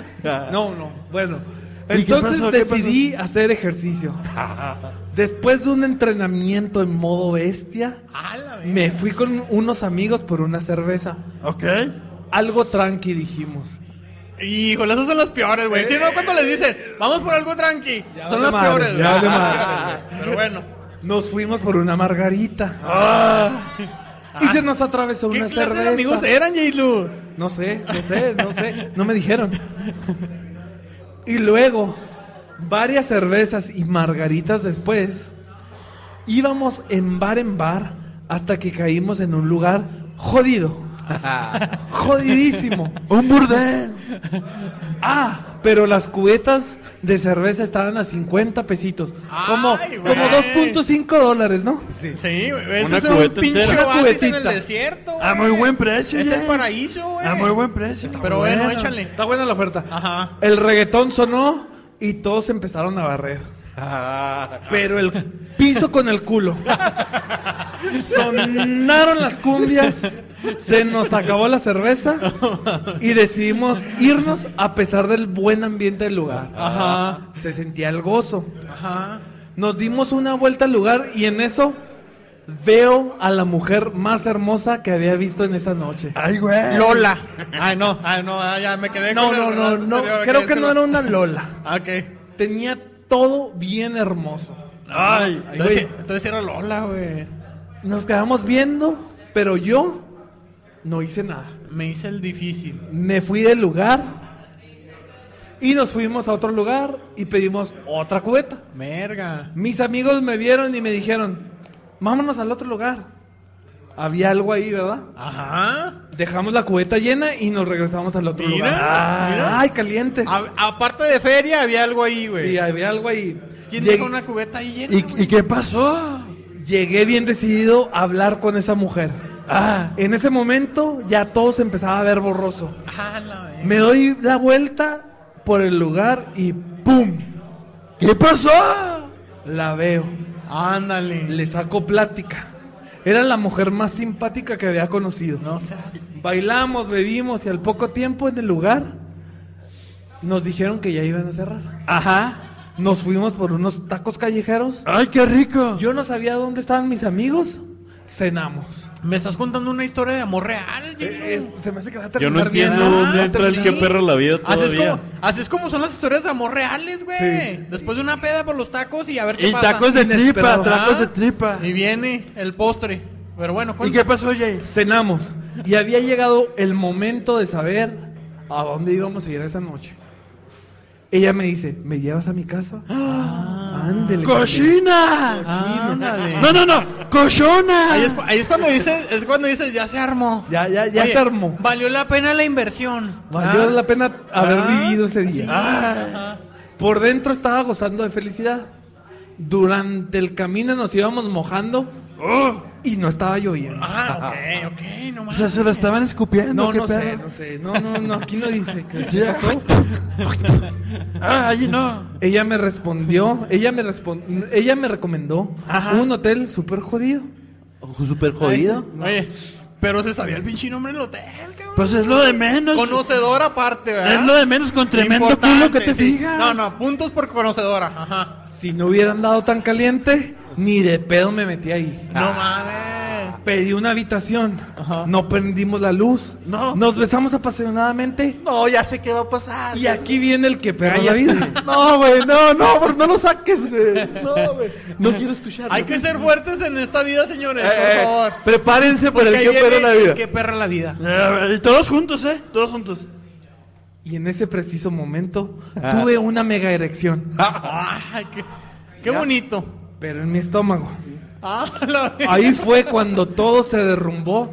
No, no. Bueno.
¿Y qué
Entonces
pasó? ¿Qué
decidí hacer ejercicio. Después de un entrenamiento en modo bestia, me fui con unos amigos por una cerveza.
Ok.
Algo tranqui dijimos.
Híjole, esos son los peores, güey. Si no, ¿cuánto les dicen? Vamos por algo tranqui.
Ya
son
vale
los
madre,
peores, güey.
ya vale
Son los
madre.
peores, güey. Pero bueno.
Nos fuimos por una margarita. Y se nos atravesó
Ah. ¿Qué
una
clase
cerveza.
de amigos eran, J-Lu?
No sé, no sé, no sé. No me dijeron. Y luego, varias cervezas y margaritas después, íbamos en bar en bar hasta que caímos en un lugar jodido. Jodidísimo.
Un burdel.
Ah, pero las cubetas de cerveza estaban a 50 pesitos. Como, como 2.5 dólares, ¿no?
Sí, güey. Eso
Una
es un
cubeta
pinche
entera.
oasis en el
cubetita.
desierto, güey.
A muy buen precio,
Es el
ya.
paraíso, güey.
A muy buen precio.
Pero bueno, échale.
Está buena la oferta.
Ajá.
El reggaetón sonó y todos empezaron a barrer. Pero el piso con el culo. Sonaron las cumbias, se nos acabó la cerveza y decidimos irnos a pesar del buen ambiente del lugar. Ajá. Se sentía el gozo. Ajá. Nos dimos una vuelta al lugar y en eso veo a la mujer más hermosa que había visto en esa noche.
Ay, güey.
Lola. Ay, no, ay, no, ah, ya me quedé
No,
con
no,
el-
no, no. Creo que no era una Lola.
Ah, ok.
Tenía todo bien hermoso.
Ay.
Entonces, entonces era Lola, güey.
Nos quedamos viendo, pero yo no hice nada.
Me hice el difícil.
Me fui del lugar y nos fuimos a otro lugar y pedimos otra cubeta.
Merga.
Mis amigos me vieron y me dijeron, vámonos al otro lugar. Había algo ahí, ¿verdad?
Ajá.
Dejamos la cubeta llena y nos regresamos al otro
Mira,
lugar. Ah,
mira.
Ay, calientes.
A- aparte de feria, había algo ahí, güey.
Sí, había algo ahí.
¿Quién
Llegué-
dejó una cubeta ahí llena? güey?
¿Y, y qué pasó?
Llegué bien decidido a hablar con esa mujer. Ah, en ese momento ya todo se empezaba a ver borroso.
Ah, la verga.
Me doy la vuelta por el lugar y ¡pum!
¿Qué pasó?
La veo.
Ándale.
Le saco plática. Era la mujer más simpática que había conocido.
No seas.
Bailamos, bebimos y al poco tiempo en el lugar nos dijeron que ya iban a cerrar. Ajá. Nos fuimos por unos tacos callejeros.
Ay, qué rico.
Yo no sabía dónde estaban mis amigos. Cenamos.
Me estás contando una historia de amor real,
Eh, es- se me hace que va a
Yo no
terminar bien.
entiendo
Ah,
dónde entra el
terminar
que
bien.
perra la vida
Así Ah, es,
todavía.
como, así es como son las historias de amor reales, güey.
Sí.
Después de una peda por los tacos y a ver qué
Y
pasa. Ah.
tacos de
Inesperado.
tripa, tacos de tripa.
Y viene el postre. Pero bueno,
¿Y
cuenta.
qué pasó, Jay?
Cenamos y había llegado el momento de saber a dónde íbamos a ir esa noche. Ella me dice, ¿me llevas a mi casa? Ándele.
¡Cochina!
Ándale.
No, no, no.
Ahí es,
¡Cochona!
cu- ahí es cuando dices, es cuando dices, ya se armó.
Ya, ya, ya
Oye,
se armó.
Valió la pena la inversión.
Valió
Ah.
la pena haber
Ah,
vivido ese día.
Ajá.
Por dentro estaba gozando de felicidad. Durante el camino nos íbamos mojando y no estaba lloviendo.
Ah, ok, ok, no
O
mames.
sea, se la estaban escupiendo.
No,
¿qué
no sé,
pedo?
no sé. No, no, no, aquí no dice. ¿Qué
Sí.
pasó?
Ah, allí no.
Ella me respondió, ella me respon- ella me recomendó un hotel súper jodido.
Ojo, Súper jodido.
Oye, pero se sabía el pinche nombre del hotel, cabrón.
Pues es lo de menos.
Conocedor aparte, ¿verdad?
Es lo de menos con tremendo
Importante,
culo que te Ah.
sí.
fijas.
No, no, puntos por conocedora. Ajá.
Si no hubieran dado tan caliente, ni de pedo me metí ahí.
No mames.
Pedí una habitación, no prendimos la luz,
No.
nos besamos apasionadamente
No, ya sé qué va a pasar.
y aquí viene el que perra la vida.
No, güey, no, no, por- no lo saques, güey. No, güey. No quiero escucharlo.
Hay que ser fuertes en esta vida, señores,
Eh,
por favor.
Prepárense para el
Ahí
que
viene
opera la vida.
el Que perra la vida.
Eh, y todos juntos, ¿eh? Todos juntos.
Y en ese preciso momento
Ah.
tuve una mega erección,
Ay, qué, qué bonito.
pero en mi estómago.
Ah, la ve-
Ahí fue cuando todo se derrumbó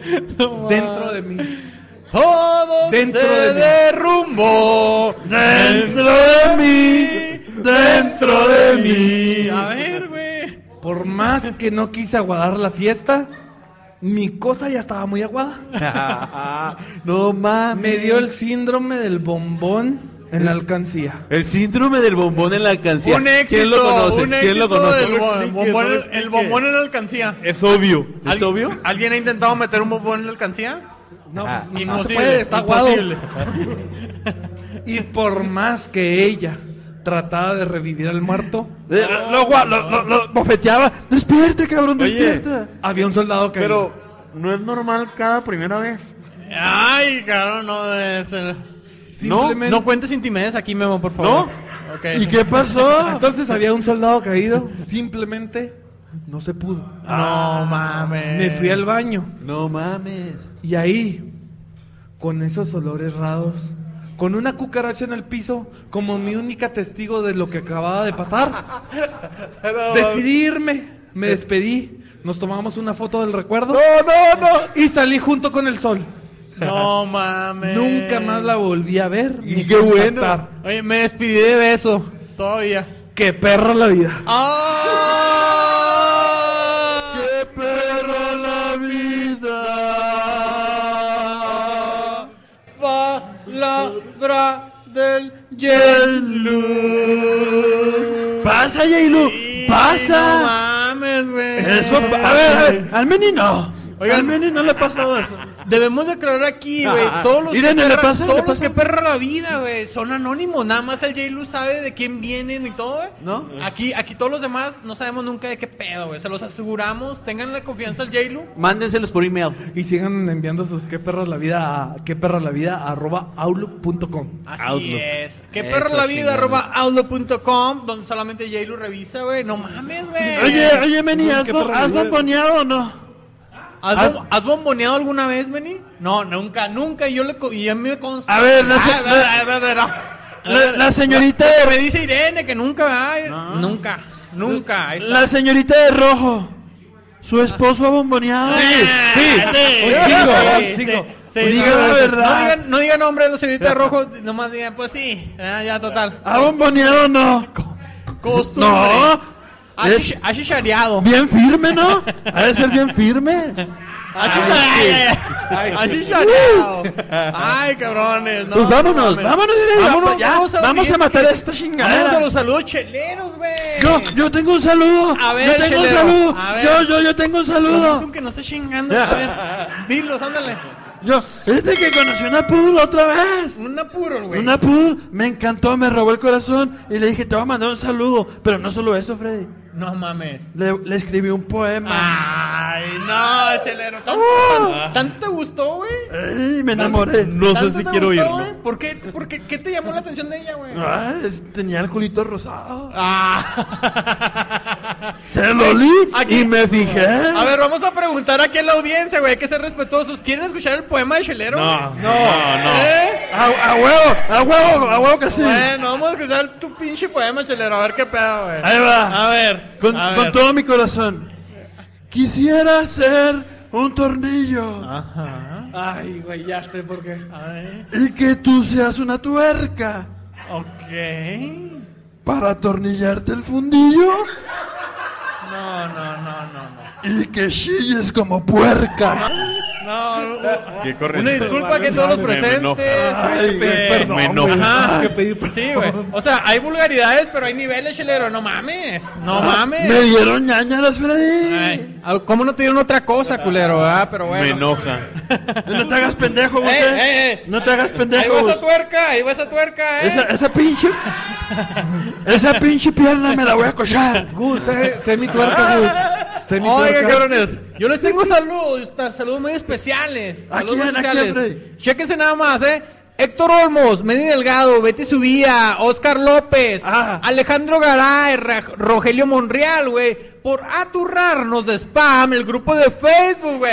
dentro de mí.
Todo
Dentro
se
de mí.
derrumbó.
Dentro de mí, dentro de mí.
A ver, güey.
Por más que no quise aguadar la fiesta, mi cosa ya estaba muy aguada.
no mames.
Me dio el síndrome del bombón en la alcancía.
El síndrome del bombón en la alcancía.
Un éxito.
¿Quién lo conoce?
un
¿Quién lo
éxito
conoce?
del bo-
Explique,
bombón-
no
el
explique.
bombón en la alcancía.
Es obvio.
¿Al-
obvio?
¿Alguien ha intentado meter un bombón en la alcancía?
No,
Ah,
pues ni no se
imposible,
puede, está aguado.
imposible.
Y por más que ella trataba de revivir al muerto,
Eh,
Ah.
lo, gua- lo- lo- lo bofeteaba. Despierte, cabrón,
Oye.
despierta.
había un soldado que.
Pero no es normal cada primera vez.
Ay, cabrón, no es el-
Simplemente-
No, no cuentes intimidades aquí, Memo, por favor. ¿No?
eh,
¿Y qué pasó?
Entonces había un soldado caído, simplemente no se pudo.
Ah,
No mames.
Me fui al baño.
No mames.
Y ahí, con esos olores raros, con una cucaracha en el piso, como mi única testigo de lo que acababa de pasar, decidí irme. Me despedí, nos tomamos una foto del recuerdo. Y salí junto con el sol.
No mames.
Nunca más la volví a ver.
Y
ni
qué bueno.
contactar.
Oye, me despidí de beso. Todavía.
Qué perra la vida.
¡Qué perra la vida!
Palabra del
¡Pasa, Jailu!
No
¡Pasa!
mames, güey.
Eso, pa- a ver, a ver, al Meni no.
Oigan.
al Meni no le ha pasado eso.
Debemos declarar aquí, güey.
Ah,
todos los, que,
miren, ¿le
perra,
pasa?
todos
¿le
los
pasa?
que perra la vida, güey. Son anónimos. Nada más el J-Lu sabe de quién vienen y todo, güey.
¿No?
Aquí, aquí todos los demás no sabemos nunca de qué pedo, güey. Se los aseguramos. Tengan la confianza al J-Lu.
Mándenselos por email.
Y sigan enviando sus qué perra la vida a qué perra la vida arroba outlook.com.
Así
Outlook.
es. Que
Eso,
perra la
chingada.
vida arroba outlook.com, donde solamente J-Lu revisa, güey. No mames, güey.
Oye, oye, Meni, ¿has,
¿Qué
bo-
perra
has
la vida?
bomboneado o no?
¿Has, bom- has bomboneado alguna vez, Benny? No, nunca, nunca. Yo le co- y a mí me consta.
A ver, la, se-
Ah,
la-
ah, ah, ah, ah, ah.
la- la señorita
Pero
de,
me dice Irene que nunca, ¿verdad? Nunca, nunca. Ahí está.
la señorita de rojo. Su esposo ha bomboneado.
Ah, sí,
Un chingo, un
sí,
chingo.
sí, sí.
Diga
No,
la
no,
verdad.
No digan, no digan nombre de la señorita de rojo, nomás digan, pues sí, ah, ya total.
¿Ha bomboneado o no?
Costumbre.
No,
Así así shareado.
bien firme, ¿no? Ha de ser bien firme.
Así shareado. Así shareado. Ay, cabrones. Uh. no,
Pues vámonos,
no,
vámonos, Irene, vámonos, ya,
vamos a la
vamos a
siguiente.
matar a esta
Vamos
chingadera.
a los saludos cheleros, güey.
Yo, yo tengo un saludo.
A ver,
yo tengo un
chelero,
saludo.
a ver.
Yo, yo, yo tengo un
Nomás
saludo.
un que no esté chingando. A ver, dilos, ándale.
Yo, este que conoció una pool otra vez.
Un apuro, güey.
Una pool me encantó, me robó el corazón y le dije, te voy a mandar un saludo. Pero no solo eso, Freddy.
No mames.
Le, le escribí un poema.
Ay, no, chelero. Tanto,
Ah.
tanto te gustó, güey.
Ay, me enamoré.
No sé
¿Tanto
si
te gustó, eh?
quiero oírlo.
güey? ¿Por qué, por qué, qué te llamó la atención de ella, güey?
Ah, es- tenía el culito rosado.
Ah.
Se lo olí
Aquí-
y me fijé.
A ver, vamos a preguntar aquí a la audiencia, güey. Hay que ser respetuosos. ¿Quieren escuchar el poema de Chelero?
No,
güey?
no, no.
¿Eh?
A, a huevo, a huevo, a huevo que sí.
Bueno, vamos a escuchar tu pinche poema, Chelero. A ver qué pedo, güey.
Ahí va.
A ver.
Con,
a
con
ver.
todo mi corazón. Quisiera ser un tornillo
Ajá.
Ay, güey, ya sé por qué.
A ver.
y que tú seas una tuerca
Ok.
para atornillarte el fundillo
No, no, no, no, no.
y que chilles como puerca.
No, no.
Qué
Una
correcto.
disculpa que todos los
Me- me enoja.
presentes.
Ay,
este,
güey,
me
güey,
enoja.
tengo que pedir perdón.
Sí, güey. O sea, hay vulgaridades, pero hay niveles, chelero. No mames. No
Ah, Me
mames.
dieron ñañaras, Freddy.
Ay, Ah, ¿Cómo no te dieron otra cosa, culero? ¿verdad? Pero
Me
bueno.
enoja.
No te hagas pendejo,
Ey,
usted.
ey, ey.
No te hagas
Ahí
pendejo.
va esa
Gus.
tuerca, ahí va esa tuerca, eh.
Esa, esa pinche. Esa pinche pierna me la voy a cochar.
Gus, sé, sé mi tuerca, Gus. Sé mi
Oigan,
tuerca.
cabrones, yo les tengo saludos, ta- saludos muy especiales.
¿A
Saludos
quién?
muy
¿A quién,
especiales.
Freddy?
Chéquense nada más, ¿eh? Héctor Olmos, Meni Delgado, Betty Subía, Oscar López,
Ah.
Alejandro Garay, Ra- Rogelio Monreal, güey, por aturrarnos de spam el grupo de Facebook, güey.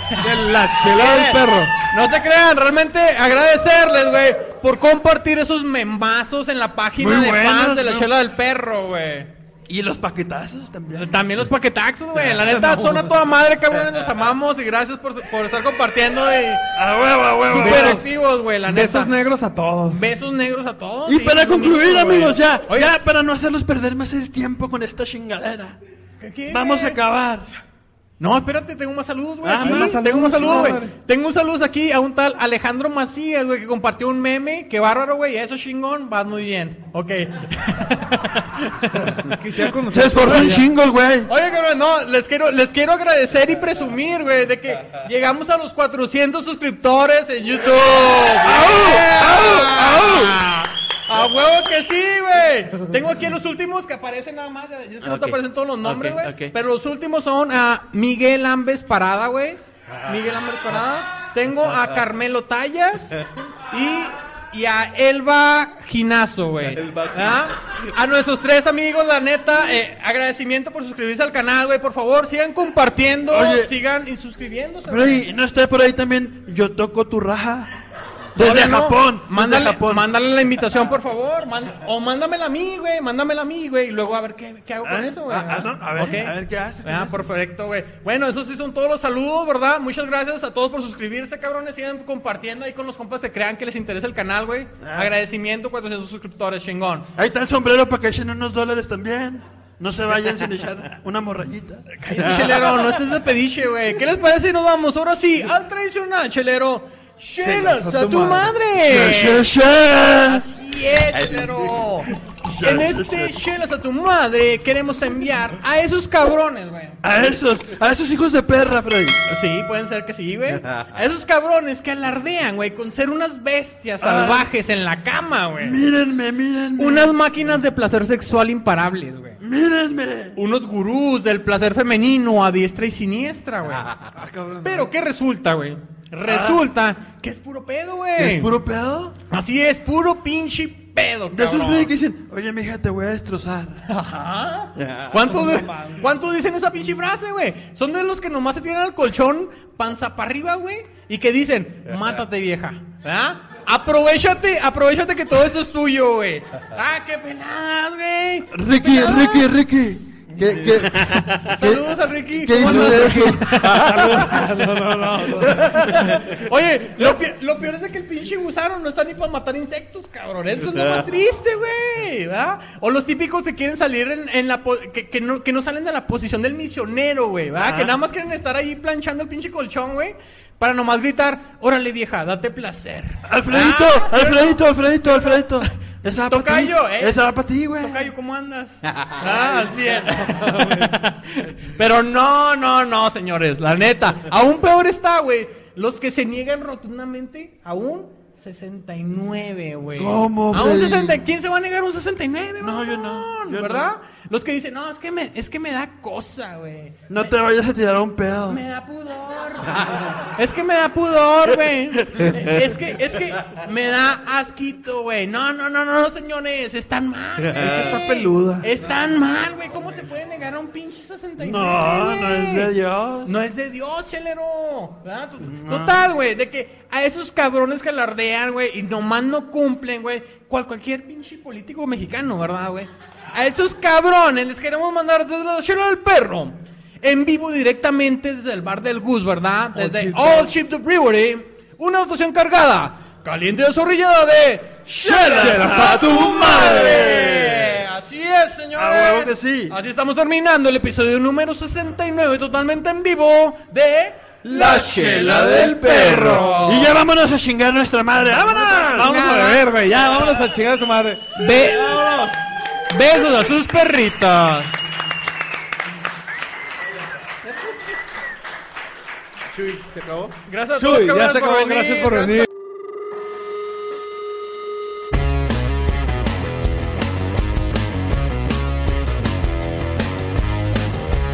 Eh,
De la chela del perro.
No se crean, realmente agradecerles, güey, por compartir esos memazos en la página
Muy
de
buenos,
fans de la
¿no?
chela del perro, güey.
Y los paquetazos también.
También los paquetaxos, güey. La neta, son a toda madre, cabrones. Nos amamos y gracias por, por estar compartiendo. Y
A huevo, a huevo. a
super
huevo.
activos, güey, la neta.
Besos negros a todos.
Besos negros a todos.
Y
sí,
para
sí,
concluir,
güey.
amigos, ya,
Oye,
ya, para no hacerlos perder más el tiempo con esta chingadera.
¿qué?
Vamos a acabar.
No, espérate, tengo más saludos, güey.
Ah,
Aquí,
más saludos,
tengo más saludos, güey.
madre.
Tengo un saludos aquí a un tal Alejandro Macías, güey, que compartió un meme. Qué bárbaro, güey. Eso chingón, vas muy bien. Ok.
Quisiera
Se
conocer.
esforzó un chingo el güey.
Oye, cabrón, no, les quiero, les quiero agradecer y presumir, güey, de que llegamos a los 400 suscriptores en YouTube. ¡Au! ¡A huevo que sí, güey! Tengo aquí los últimos que aparecen nada más. Es que no te
Ah, Ok.
aparecen todos los nombres,
Ok,
güey.
ok.
Pero los últimos son a Miguel Ambes Parada, güey. Miguel Ambes Parada. Tengo a Carmelo Tallas y, y a Elba Ginazo, güey.
Elba
¿Ah? A nuestros tres amigos, la neta, eh, agradecimiento por suscribirse al canal, güey. Por favor, sigan compartiendo,
Oye.
sigan y suscribiéndose.
Freddy, ¿no está por ahí también? Yo toco tu raja. Desde
Ahora no.
Japón.
Mándale,
desde Japón.
mándale la invitación, por favor. man- o mándamela a mí, güey. Mándamela a mí, güey. Y luego a ver qué, qué hago con
Ah,
eso, güey.
ah, ah, no, a ver,
Ok.
a ver qué haces con
Ah,
eso.
perfecto, güey. Bueno, esos sí son todos los saludos, ¿verdad? Muchas gracias a todos por suscribirse, cabrones. Sigan compartiendo ahí con los compas que crean que les interesa el canal, güey.
Ah.
Agradecimiento, 400 suscriptores, chingón.
Ahí está el sombrero para que echen unos dólares también. No se vayan sin echar una morrayita.
Eh.
Cállate, chelero, no estés de pediche, güey. ¿Qué les parece si nos vamos ahora sí al tradicional, chelero? ¡Chelas a tu madre!
She, she, she.
Así es, pero en este Chelas a tu madre queremos enviar a esos cabrones, güey.
A esos, a esos hijos de perra, Freddy.
Sí, pueden ser que sí, güey. A esos cabrones que alardean, güey, con ser unas bestias
Ay.
salvajes en la cama, güey.
Mírenme, mírenme.
Unas máquinas de placer sexual imparables, güey.
Mírenme.
Unos gurús del placer femenino a diestra y siniestra, Ah, güey. Pero ¿qué resulta, güey? Resulta que es puro pedo, güey.
¿Es puro pedo?
Así es, puro pinche pedo,
De esos
cabrón.
Freddy que dicen, oye, mija, te voy a destrozar.
Ajá. ¿Cuántos, de- cuántos dicen esa pinche frase, güey? Son de los que nomás se tiran al colchón panza para arriba, güey, y que dicen, mátate vieja, ¿verdad? Aprovechate, aprovechate que todo esto es tuyo, güey. Ah, qué pelas, güey. Qué
Ricky,
pelas.
Ricky, Ricky. ¿Qué, qué,
Saludos a Ricky.
qué
¿Cómo
hizo
andas?
eso?
no, no, no, no.
Oye, lo, pi- lo peor es de que el pinche gusano no está ni para matar insectos, cabrón. Eso es lo más triste, güey. ¿verdad? O los típicos que quieren salir en, en la po- que, que no, que no salen de la posición del misionero, güey. ¿verdad? Que nada más quieren estar ahí planchando el pinche colchón, güey. Para nomás gritar, órale vieja, date placer.
Alfredito,
Ah, ¿cierto?
Alfredito, Alfredito, Alfredito. Esa va para ti.
Tocayo, eh.
Esa va para ti, güey.
Tocayo, ¿cómo andas? Ah, al 100. Pero no, no, no, señores, la neta. Aún peor está, güey. Los que se niegan rotundamente a un 69, güey.
¿Cómo,
A un
Freddy?
60. ¿Quién se va a negar un 69?
No, yo no,
mamón?
yo no.
¿Verdad? Los que dicen, no, es que me, es que me da cosa, güey.
No te vayas a tirar un pedo.
Me da pudor. es que me da pudor, güey. Es que, es que me da asquito, güey. No, no, no, no, señores. Están mal, güey.
Está peluda.
Están mal, güey. ¿Cómo se puede negar a un pinche 69?
No, no
güey?
es de Dios.
No es de Dios, chelero. ¿Verdad? Tot- Total, güey. De que a esos cabrones que alardean, güey, y nomás no cumplen, güey. Cual cualquier pinche político mexicano, ¿verdad, güey? A esos cabrones les queremos mandar desde los chelos del perro. En vivo directamente desde el bar del Gus, ¿verdad? Desde All Chip the Brewery. Una dotación cargada. Caliente de zorrillada de... ¡Chelas a tu madre! Eh, Así es, señores.
Ah,
A huevo que sí.
Así estamos terminando el episodio número 69, totalmente en vivo, de La Chela del Perro.
Y ya vámonos a chingar nuestra madre. ¡Vámonos!
Vamos a beber, güey. Ya, vámonos a chingar a su madre.
Be- besos a sus perritas.
Chuy, ¿se acabó?
Gracias a
Chuy,
todos,
ya se acabó.
cabrones,
Gracias por venir.